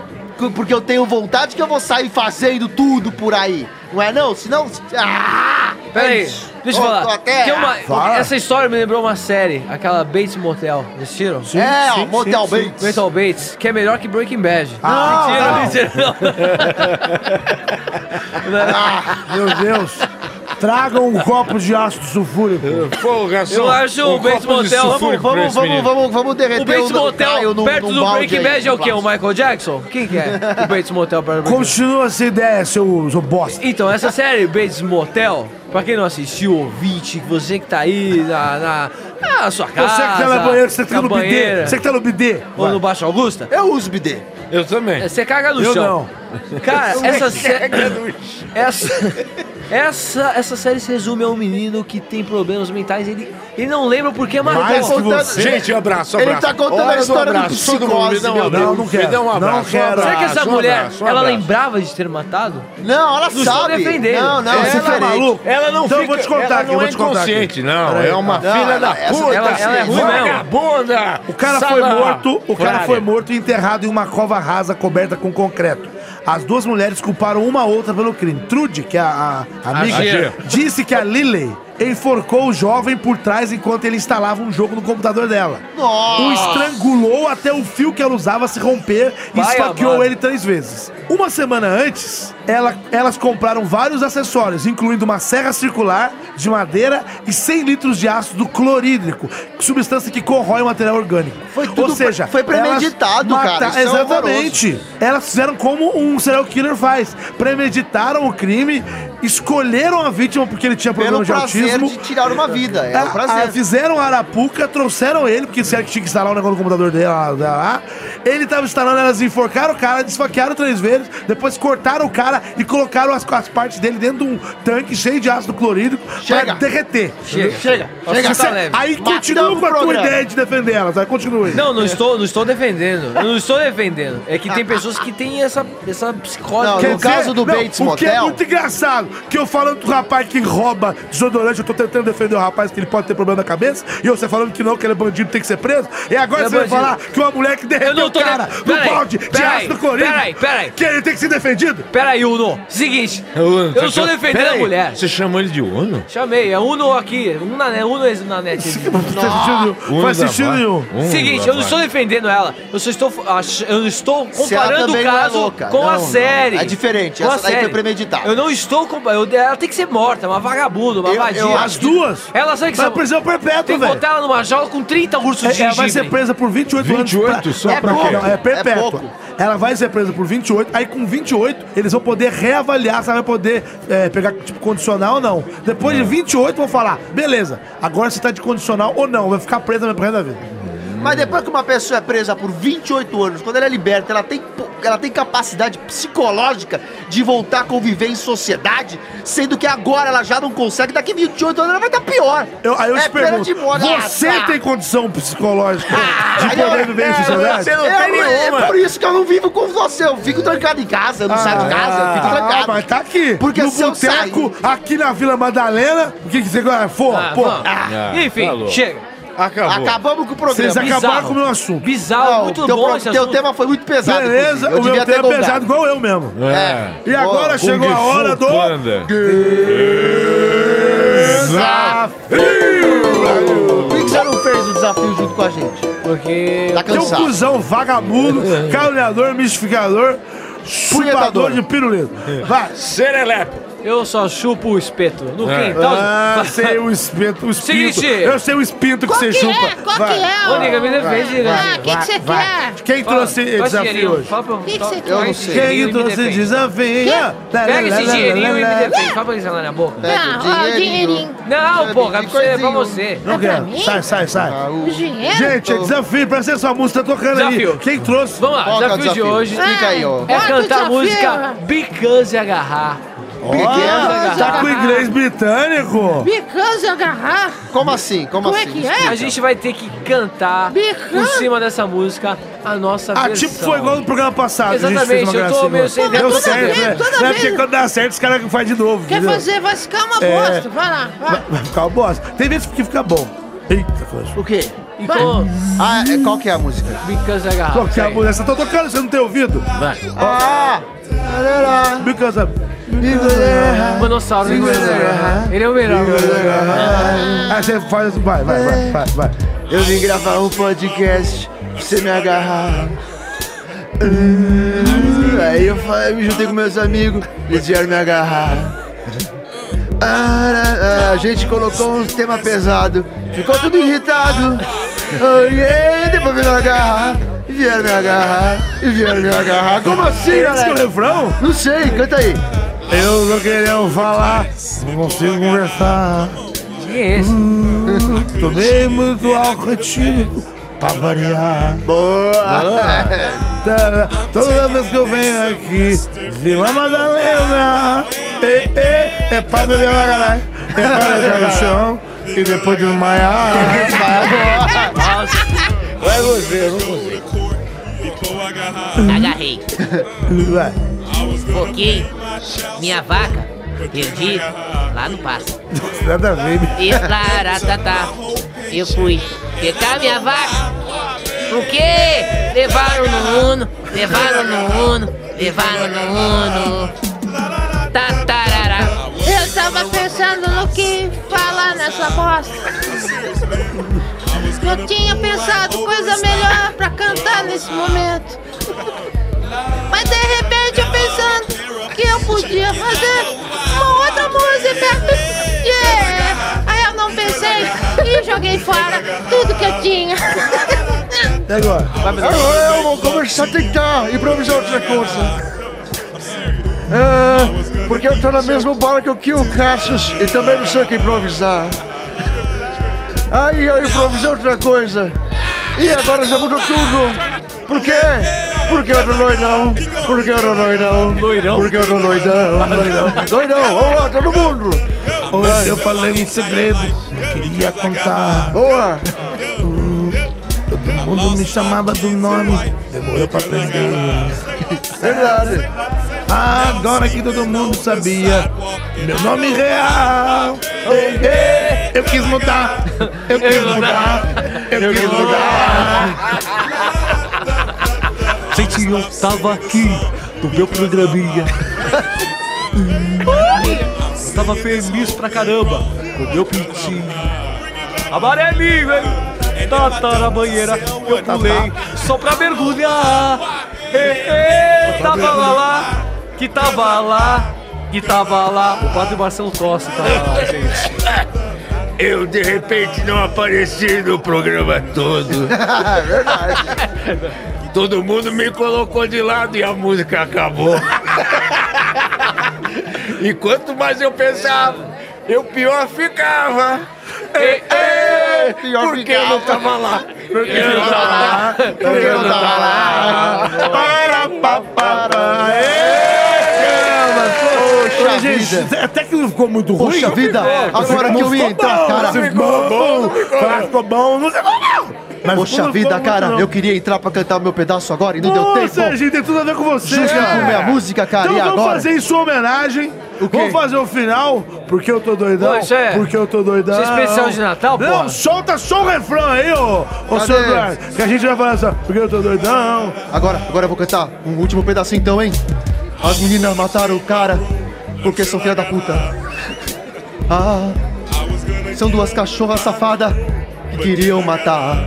porque eu tenho vontade que eu vou sair fazendo tudo por aí. Não é não? Senão. Ah! Peraí, deixa eu Ô, falar. Totera. Tem Ah, uma- Fala. Essa história me lembrou uma série, aquela Bates Motel. Assistiram? Sim, É, sim, ó, Motel sim, sim. Bates. Motel Bates, que é melhor que Breaking Bad. Ah, não. mentira, não. [LAUGHS] Ah, meu Deus. Tragam um copo de ácido sulfúrico. Eu acho um o Bates Motel. [LAUGHS] O Bates Motel perto do Breaking Bad é o quê? O Michael Jackson? Quem que é? O Bates Motel perto do Breaking Bad. Continua essa ideia, seu, seu bosta. Então, essa série, Bates Motel, pra quem não assistiu, ouvinte, você que tá aí na, na, na sua casa. Você que tá na banheira, você que tá na no banheira, BD. Você que tá no BD. Ou no Baixo Augusta? Eu uso BD. Eu também. Você caga no Eu chão. Cara, Eu essa me série. caga Essa, essa, essa série se resume a um menino que tem problemas mentais. Ele, ele não lembra porque é Ah, marcou. Tá Mais que você. Gente, um abraço, Ele abraço. tá contando a Hora do história do abraço. Todo mundo, me psicose, dá um meu abraço. Deus. Me dá um abraço, um Será que abraço, essa um mulher, abraço, um ela abraço. lembrava de ter matado? Não, ela Não estou sabe. defendendo. Não, não, É você tá diferente. maluco. Ela não Então eu fica- vou te contar ela aqui, eu não vou é te contar aqui. Consciente, não. Peraí, é uma não, filha ela- da essa- puta. ela- ela é ruim mesmo. Vagabunda. O cara Sala foi morto, o cara Frária. foi morto e enterrado em uma cova rasa coberta com concreto. As duas mulheres culparam uma a outra pelo crime. Trude, que é a, a A amiga, G. disse que a Lily enforcou o jovem por trás enquanto ele instalava um jogo no computador dela. Nossa. O estrangulou até o fio que ela usava se romper e Vai esfaqueou amado. ele três vezes. Uma semana antes, ela- elas compraram vários acessórios, incluindo uma serra circular de madeira e 100 litros de ácido clorídrico, substância que corrói o material orgânico. Foi tudo Ou seja, pre- foi premeditado, elas cara, isso é exatamente. elas fizeram como um serial killer faz. Premeditaram o crime, escolheram a vítima porque ele tinha Pelo problema de prazer autismo. de tirar uma vida, é um Ah, o prazer. ah, fizeram a Arapuca, trouxeram ele, porque disseram que tinha que instalar um negócio no computador dele lá, lá, lá. Ele tava instalando, elas enforcaram o cara, desfaquearam três vezes, depois cortaram o cara e colocaram as, as partes dele dentro de um tanque cheio de ácido clorídrico Chega. pra derreter. Chega. Chega. Você- Chega, tá leve. Aí Matamos continua com a o tua programa. ideia de defender ela, tá? Continua aí. Não, não estou, não estou defendendo. Eu não estou defendendo. É que tem pessoas que têm essa, essa psicose. Quer dizer, não, O que é muito engraçado, que eu falando do rapaz que rouba desodorante, eu tô tentando defender o rapaz que ele pode ter problema na cabeça, e você falando que não, que ele é bandido, tem que ser preso, e agora Ele é bandido. você vai falar que uma mulher que Eu derreteu não o tô cara de- no Peraí, balde de peraí, ácido clorídrico, peraí, peraí. que ele tem que ser defendido? Peraí, Uno. Seguinte, É eu não estou defendendo a Peraí, mulher. Você chamou ele de Uno? Chamei, é Uno aqui. Uno na net. Uno ex- na net. [LAUGHS] Uno Faz da sentido Vai. nenhum. Um Uno Seguinte, da eu não Vai. estou defendendo ela. Eu só estou, ach- eu estou ela comparando o também não é caso louca. com Não, a não. série. É diferente, essa daí foi premeditada. Eu não estou comparando. Ela tem que ser morta, é uma vagabunda, uma Eu- eu vadia. acho que- Duas? Ela sabe que Vai são- prisão perpétua, É, então Tem que velho. botar ela numa jaula com 30 ursos de É, ela gengibre. vai ser presa por 28, anos. 28 só é pra pouco, quê? não, É perpétua. É pouco. Ela vai ser presa por 28, aí com 28 eles vão poder reavaliar se ela vai poder é, pegar tipo condicional ou não. Depois de 28 vão falar, beleza, agora você tá de condicional ou não, vai ficar presa mesmo pro resto da vida. Mas depois que uma pessoa é presa por 28 anos, quando ela é liberta, ela tem, po- ela tem capacidade psicológica de voltar a conviver em sociedade, sendo que agora ela já não consegue, daqui 28 anos ela vai estar pior. Eu, aí eu é te pena pergunto, de morte. você Ah, tá. tem condição psicológica de Aí eu- poder viver em sociedade? eu- É por isso que eu não vivo com você. Eu fico trancado em casa, eu não saio de casa, eu fico Ah, trancado. mas tá aqui. Porque no se eu sair- boteco, aqui na Vila Madalena, o que que você gosta? For, Ah, tá pô. vamos. Enfim, Tá chega. Acabou. Acabamos com o programa. Vocês acabaram Bizarro. com o meu assunto. Bizarro, Não, muito teu bom pro- esse teu assunto. tema foi muito pesado. Beleza, inclusive. Eu o meu devia ter tema é gongado. pesado igual eu mesmo. É. E agora Boa. chegou Kung a Fu hora do. Panda. Ah, Por que que você não fez o desafio junto com a gente? Porque. Tá Tem um cansado. [LAUGHS] cuzão vagabundo, caluniador, mistificador, chupador de pirulito. Vai. Serelepo. Eu só chupo o espeto. No É. quintal. Ah, sei o espinto, o espinto. Seguinte. Eu sei o espinto que Qual você que chupa. é? Qual Vai. que é? Ô, nega, me Vai, defende, né? Ah, o que que você quer? Quem Fala, trouxe faz desafio dinheirinho, hoje? fala pra- Que que fala- você faz quer? Eu não dinheirinho e Quem me trouxe defende. desafio? Pega esse dinheirinho e me defende. Fala pra isso lá na boca. Não, ó, o dinheirinho. Não, porra, é pra você- é pra você. Não quero. Sai, sai, sai. Tá, O dinheiro? Gente, é desafio, presta atenção, a música tá tocando Desafio. aí. Quem trouxe? Vamos lá, Qual que é o desafio, de desafio? hoje Ah, Explica aí, ó. é Bota o cantar a desafio, música vai. Bicans e Agarrar. né, Ó, tá com inglês britânico. Bicans e agarrar? Como assim? Como, Como é assim? que é? A gente vai ter que cantar Bicans? por cima dessa música a nossa Ah, versão. tipo foi igual no programa passado. Exatamente, a gente fez uma eu tô gracinha. meio sem Deu toda certo, vez, né? toda Não é vez. porque quando dá certo, os caras fazem de novo. Quer entendeu? fazer? Vai ficar uma É. bosta. Vai lá, Vai, vai. vai ficar uma bosta. Tem vezes que fica bom. Eita coisa. O quê? E com Ah, é- qual que é a música? Bicans e Agarrar. Qual que é a Segue. mulher? Você tá tocando, você não tem ouvido? Ah! Tarará. Because of... Manossauro, né? Ele é o melhor. Aí você faz. assim, Vai, vai, vai, vai, vai. Eu vim gravar um podcast pra você me agarrar. Hum, Aí eu falei, me juntei com meus amigos, eles vieram me agarrar. Ah, a gente colocou um tema pesado, ficou tudo irritado. Oh, yeah, depois vieram me agarrar, e vieram me agarrar, e vieram me agarrar. Como Esse assim, que é o galera? refrão? Não sei, canta aí. Eu não queria falar, não consigo conversar. Que é esse? Tomei muito álcool etílico pra variar. Boa! Toda vez que eu venho aqui, Vila Madalena, ei, ei, é pra beber uma caralho, é pra deitar no chão e depois desmaiar. Vai você, eu não consigo. Agarrei. Vai. Foquei minha vaca, perdi lá no pasto. Nada a ver, Eslaratatá. Eu fui pegar minha vaca. Por quê? Levaram no Uno, levaram no Uno, levaram no Uno. Tatarará. Eu tava pensando no que falar nessa bosta. Não tinha pensado coisa melhor pra cantar nesse momento. Mas de repente eu pensando que eu podia fazer uma outra música. Yeah. Aí eu não pensei e joguei fora tudo que eu tinha. [LAUGHS] Até agora. Eu, eu vou começar a tentar improvisar outra coisa. É, porque eu tô na mesma bola que o Kio Cassius e também não sei o que improvisar. Aí eu improvisei outra coisa. E agora já mudou tudo. Por quê? Porque eu tô doidão. Porque eu tô doidão. Doidão? Porque eu um tô doidão. Doidão. Doidão. Vamos lá, todo mundo. Hoje eu falei um segredo, não queria contar. Boa! Todo mundo me chamava do nome, demorou pra aprender. Verdade. Agora que todo mundo sabia, meu nome real. Ei, ei, Eu quis mudar, eu quis mudar, eu quis mudar. Gente, eu tava aqui no meu programinha. Eu tava feliz pra caramba com o meu pintinho. Amarelinho, hein? Tata na banheira, eu pulei só pra mergulhar. Ei, ei, tava lá, lá, que tava lá, que tava lá. O padre Marcelo Costa tava lá, gente. Eu de repente não apareci no programa [LAUGHS] todo. É Todo mundo me colocou de lado e a música acabou. e quanto mais eu pensava, eu pior ficava. Ei, ei, porque eu não tava lá. Porque eu não tava lá. Porque eu não tava lá. Para, pa, pa, pa. Poxa vida. é Até que não ficou muito ruim. Poxa vida, agora que eu ia entrar, cara. Ficou bom, ficou bom, não ficou bom. Mas Poxa não vida, foi cara, muito, não. eu queria entrar pra cantar o meu pedaço agora e não Pô, deu tempo. Serginho, tem tudo a ver com você. Justo com minha música, cara, Então e vamos agora? fazer em sua homenagem. Vamos fazer o final, porque eu tô doidão. Pô, isso é- Porque eu tô doidão. isso é especial de Natal, Não, porra? solta só o refrão aí, ô, ô Cadê? seu Eduardo. Que a gente vai falar assim, porque eu tô doidão. Agora, agora eu vou cantar um último pedaço então, hein? As meninas mataram o cara porque são filha da puta. Ah, são duas cachorras safadas que queriam matar.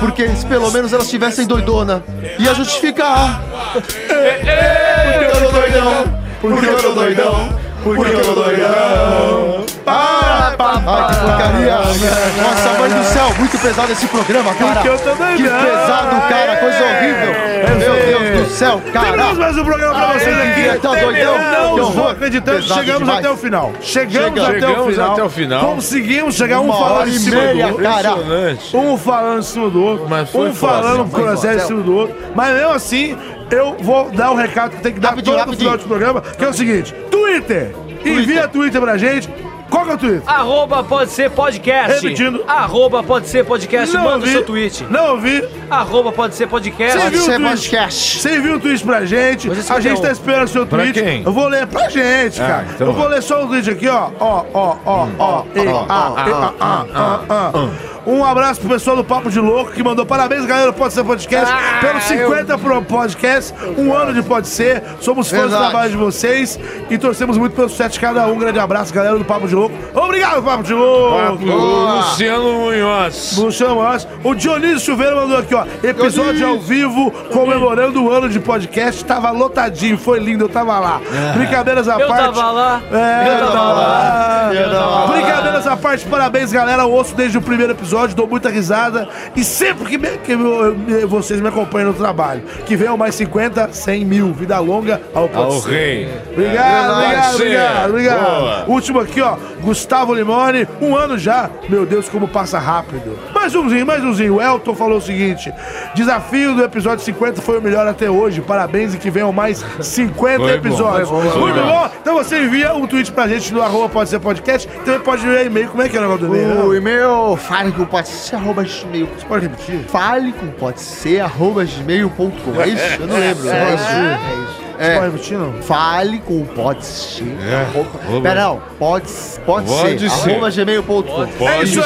Porque se pelo menos elas tivessem doidona, ia justificar. Porque eu tô doidão, porque eu tô doidão, porque eu tô doidão. Para, para, Ai, que porcaria. Nossa, mãe do céu, muito pesado esse programa, cara. Porque eu tô doidão. É, Que pesado, cara, coisa horrível. Meu Deus do céu, cara. Terminamos mais um programa pra Ai, vocês que aqui. dia, tá doidão? Que Não vou horror. acreditando. Pesado Chegamos demais. até o final. Chegamos, Chegamos. até, o Chegamos final. até o final. Conseguimos chegar um Uma falando hora em e cima do meia, outro. cara. Impressionante. Um falando em cima do outro, Mas foi um foda, falando foi com o em foda. cima do outro. Mas mesmo assim, eu vou dar o recado que tem que dar Rapidinho, todo rapidinho. final de programa, que é o seguinte: Twitter! Envia Twitter pra gente. Qual que é o Twitter? Arroba pode ser podcast. Repetindo. Arroba pode ser podcast. Não Manda o vi. seu tweet. Não ouvi. Arroba pode ser podcast. Você Pode viu o ser tweet? podcast. Você envia um tweet pra gente. Hoje é A cinquenta gente e um. tá esperando o seu Pra tweet. quem? Eu vou ler pra gente, Ah, cara. então Eu vai. Hum. vou ah, ler só o tweet aqui, ó. Ó, ó, ó, ó. ah, E, ó, a, e, a, a, a, a. Um abraço pro pessoal do Papo de Louco que mandou parabéns, galera, do Pode Ser Podcast, Ah, pelos 50 pro podcasts, um ano de Pode Ser. Somos fãs do Verdade. trabalho de vocês e torcemos muito pelo sucesso de cada um. Grande abraço, galera do Papo de Louco. Obrigado, Papo de Louco! Papo de Louco, Luciano Munhoz. Luciano Munhoz. O Dionísio Silveira mandou aqui, ó. Episódio ao vivo comemorando o ano de podcast. Tava lotadinho, foi lindo, eu tava lá. É. Brincadeiras à Eu parte. tava lá. É, Eu tava lá. Eu tava lá. Brincadeiras à parte, parabéns, galera. Eu ouço desde o primeiro episódio, dou muita risada. E sempre que, me- que eu- eu- vocês me acompanham no trabalho, que venham mais 50, 100 mil. Vida longa ao Pode Ao Ser. rei. Obrigado, Pode obrigado, ser. obrigado, obrigado. Boa. Último aqui, ó. Gustavo Limone, um ano já. Meu Deus, como passa rápido. Mais umzinho, mais umzinho. O Elton falou o seguinte: desafio do episódio 50 foi o melhor até hoje. Parabéns e que venham mais 50 Foi bom, episódios. foi bom, foi Muito bom. bom. Então você envia um tweet pra gente no arroba pode ser podcast. Também pode enviar e-mail. Como é que é o negócio do e-mail? O e-mail fale com pode ser arroba gmail. Você pode repetir? Fale com pode ser arroba gmail.com. É isso? Eu não lembro. É, É, é isso. isso. É isso. É. Você pode repetir, não? Fale com pode ser. É, Arroba... arroba- Pera, não. Pode, pode, Pode ser. ser. Arroba gmail.com. é isso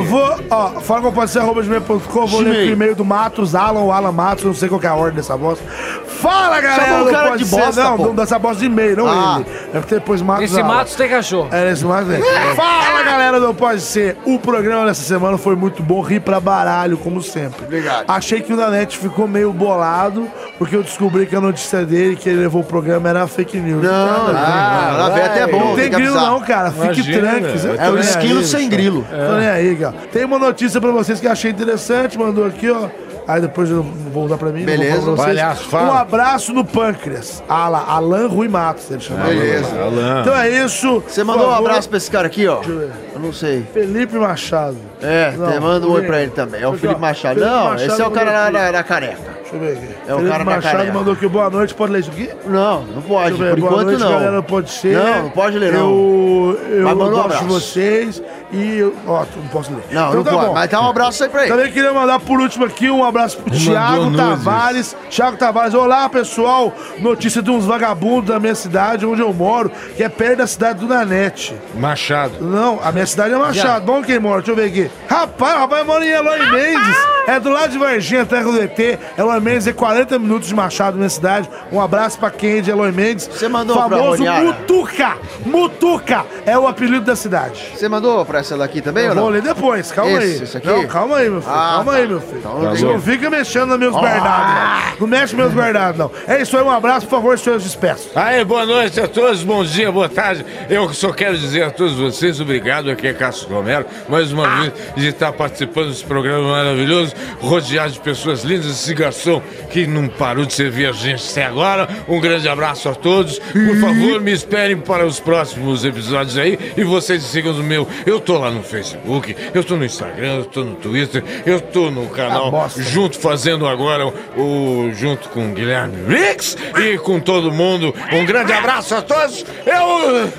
aí. Vou, ó, fala com pode ser arroba gmail.com. Vou ler Gmail. o e-mail do Matos, Alan, o Alan Matos, não sei qual que é a ordem dessa bosta. Fala, galera! Chama o do cara Pode de Ser. bosta, Não, pô. não, dessa bosta de e-mail, não Ah. ele. É porque depois Matos. Esse Alan. Matos tem cachorro. É, nesse Matos é. Fala, galera do Pode Ser. O programa dessa semana foi muito bom, ri pra baralho, como sempre. Obrigado. Achei que o Nanete ficou meio bolado, porque eu descobri que a notícia dele, que ele levou o programa, era fake news. Não, ah, lá vem até bom, Não tem tem que grilo avisar. não, cara. Fique Imagina, tranquilo. é o esquilo sem grilo. É. Tô nem aí, cara. Tem uma notícia pra vocês que eu achei interessante, mandou aqui, ó. Aí depois eu vou voltar pra mim. vou falar Beleza. pra vocês. Palhaço, fala. Um abraço no pâncreas. Ala, Alan Rui Matos, ele chamou. Beleza. Alan. Então é isso. Você mandou um Por favor. abraço pra esse cara aqui, ó. Eu não sei. Felipe Machado. É, Não, tem- manda um oi Felipe. pra ele também. É o Aqui, Felipe ó. Machado. Felipe Não, Machado esse é o cara mandou lá aqui. na, na careca. Deixa eu ver aqui. É o Felipe cara da Machado careca. mandou aqui boa noite. Pode ler isso aqui? Não, não pode. Deixa eu ver, Por boa enquanto noite, não. galera, não pode ser. Não, não pode ler, não. Eu, eu Mas manda um gosto abraço. de vocês e... eu- Ó, tu não posso ler. Então tá Não, não pode. Mas dá um abraço aí pra ele. Também queria mandar por último aqui um abraço pro Mandou Thiago nudes. Tavares. Thiago Tavares, olá pessoal. Notícia de uns vagabundos da minha cidade, onde eu moro, que é perto da cidade do Nanete. Machado. Não, a minha cidade é Machado. Bom quem mora, deixa eu ver aqui. Rapaz, o rapaz mora em Eloy Mendes. É do lado de Varginha, terra do ET. Eloy Mendes é 40 minutos de Machado, minha cidade. Um abraço pra quem é de Eloy Mendes. Você mandou pra Famoso Roniara? Mutuca. Mutuca é o apelido da cidade. Você mandou pra essa daqui também, Eu ou não? vou ler depois, calma Esse, aí. esse aqui? Não, calma aí, meu filho. Ah, calma tá. Ah. aí, meu filho. Então, não tem- fica mexendo nos meus guardados, não. Não mexe nos meus guardados, não. É isso aí, um abraço, por favor, senhores despeço. Aê, boa noite a todos, bom dia, boa tarde. Eu só quero dizer a todos vocês obrigado, aqui é Cássio Romero, mais uma vez, de estar participando desse programa maravilhoso, rodeado de pessoas lindas, esse garçom que não parou de servir a gente até agora. Um grande abraço a todos. Por favor, me esperem para os próximos episódios aí e vocês sigam no meu. Eu tô lá no Facebook, eu tô no Instagram, eu tô no Twitter, eu tô no canal junto fazendo agora o, o- junto com o Guilherme Brix e com todo mundo. Um grande abraço a todos. Eu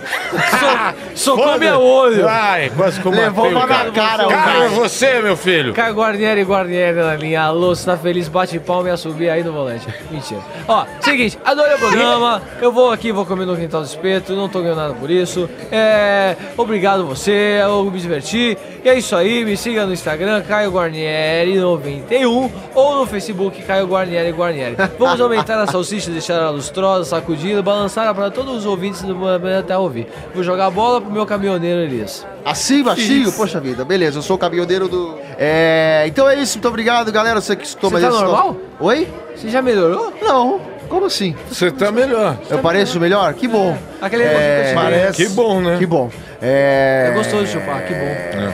So- socou meu olho. Ai, quase que eu Levou matei o uma na cara, o Cara, cara. é você, meu filho. Caio Guarnieri, Guarnieri na linha. Alô, se tá feliz, bate palma e assumir aí no volante. Mentira. Ó, seguinte, adorei o programa. Eu vou aqui, vou comer no quintal do espeto. Não tô ganhando nada por isso. É. Obrigado você, eu me diverti. E é isso aí, me siga no Instagram, Caio Guarnieri91 ou no Facebook, Caio Guarnieri Guarnieri. Vamos aumentar a salsicha, deixar ela lustrosa, sacudida, balançar para todos os ouvintes do até ouvir. Vou jogar a bola pro meu caminhoneiro Elias. Assim, baixinho? Poxa vida, beleza, eu sou o caminhoneiro do. É, então é isso, muito obrigado, galera. Você que escutou Você mais tá esse- normal? Oi? Você já melhorou? Não, como assim? Você tá melhor. Eu pareço melhor? Que bom. Aquele é... Que bom, né? Que bom. É. É gostoso de chupar, que bom.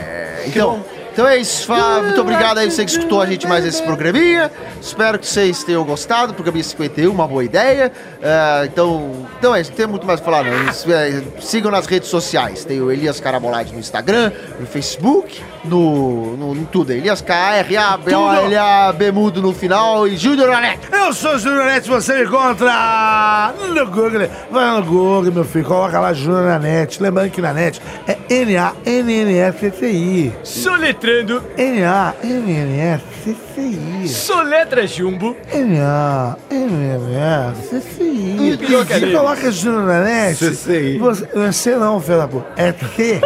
Então, então é isso, Fá. Muito obrigado aí você que escutou a gente mais esse programinha. Espero que vocês tenham gostado. Programinha 51, uma boa ideia. Ah, então, então é isso, não tem muito mais o que falar, não. Es- eh, Sigam nas redes sociais. Tem o Elias Carabolade no Instagram, no Facebook, no, no, no tudo. Elias K-R-A-B-O-L-A Bemudo no final e Júnior Alex. Eu sou o Júnior Net, você me encontra no Google. Vai no Google, meu filho, coloca lá Júnior na net. Lembrando que na net é N-A-N-N-S-C-I. Soletrando, N-A-N-N-S-C-I. soletra jumbo. é, Um N-A-N-N-S-C-I. Pior que é Se dele. coloca Júnior na net, CCI. você, não é C não, filho da puta. É C.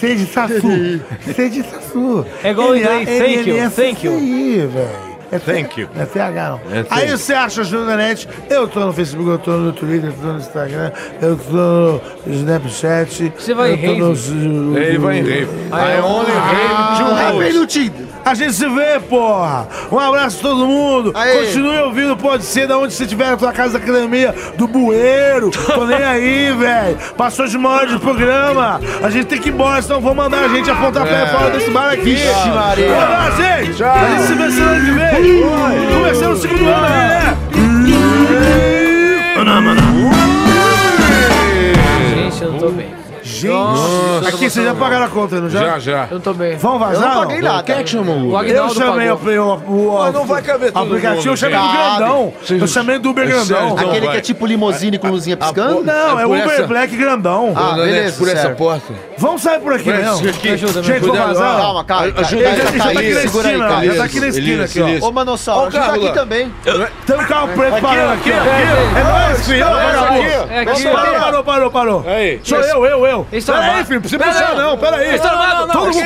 C de Sassu. C de Sassu. É igual o inglês, thank you, thank you. Aí, é velho. É Thank you. É TH, não. É Aí thank você acha o Júnior Net. Eu tô no Facebook, eu tô no Twitter, eu tô no Instagram, eu tô no Snapchat. Você vai eu em tô rave? no- Ele É, vai em rave. I only Ah, é um rave to Ah, host. vem no Tinder. A gente se vê, porra! Um abraço a todo mundo! Continue ouvindo, pode ser, da onde você estiver, na tua casa da academia, do bueiro, tô nem aí, velho! Passou de uma hora de programa, a gente tem que ir embora, senão vão mandar a gente apontar pé É. fora desse bar aqui! Vixe, Maria. Um abraço, gente! Tchau. A gente se vê semana que vem! Começando o segundo ano aí, né? Gente, eu não tô bem. Gente, Nossa, aqui vocês já pagaram a conta, não já? Já, já. Eu não tô bem. Vão vazar? Eu não paguei nada. Quem é que chamou o O Uber? Agnaldo Eu chamei o, pagou. o, o, Mas não vai caber todo aplicativo, mundo, eu chamei do gente. grandão. Cabe. Eu chamei do Uber Vocês grandão. não Aquele vai. que é tipo limousine com luzinha piscando? Não, é por Uber essa- Black grandão. Ah, Dona Nete, beleza, por essa sério. porta. Vamos sair por aqui Por mesmo. essa aqui. Gente, vou Cuidado, vazar. ó. Calma, calma. Ajuda calma, aí, calma, já tá aqui calma, na segura aí, esquina, calma. já tá aqui na esquina, aqui, ó. Elias. Ô, Manossauro, Ó o ajuda carro tá aqui lá. também. Tem um carro preto Aqui, parando aqui, ó. É nóis, filho. É É aqui, nóis. Parou, parou, parou, parou. Aí. Sou eu, eu, eu. Eles estão Pera aí, armados. filho, não precisa Pera puxar aí. não, pera aí. Eles estão armados, não. Todo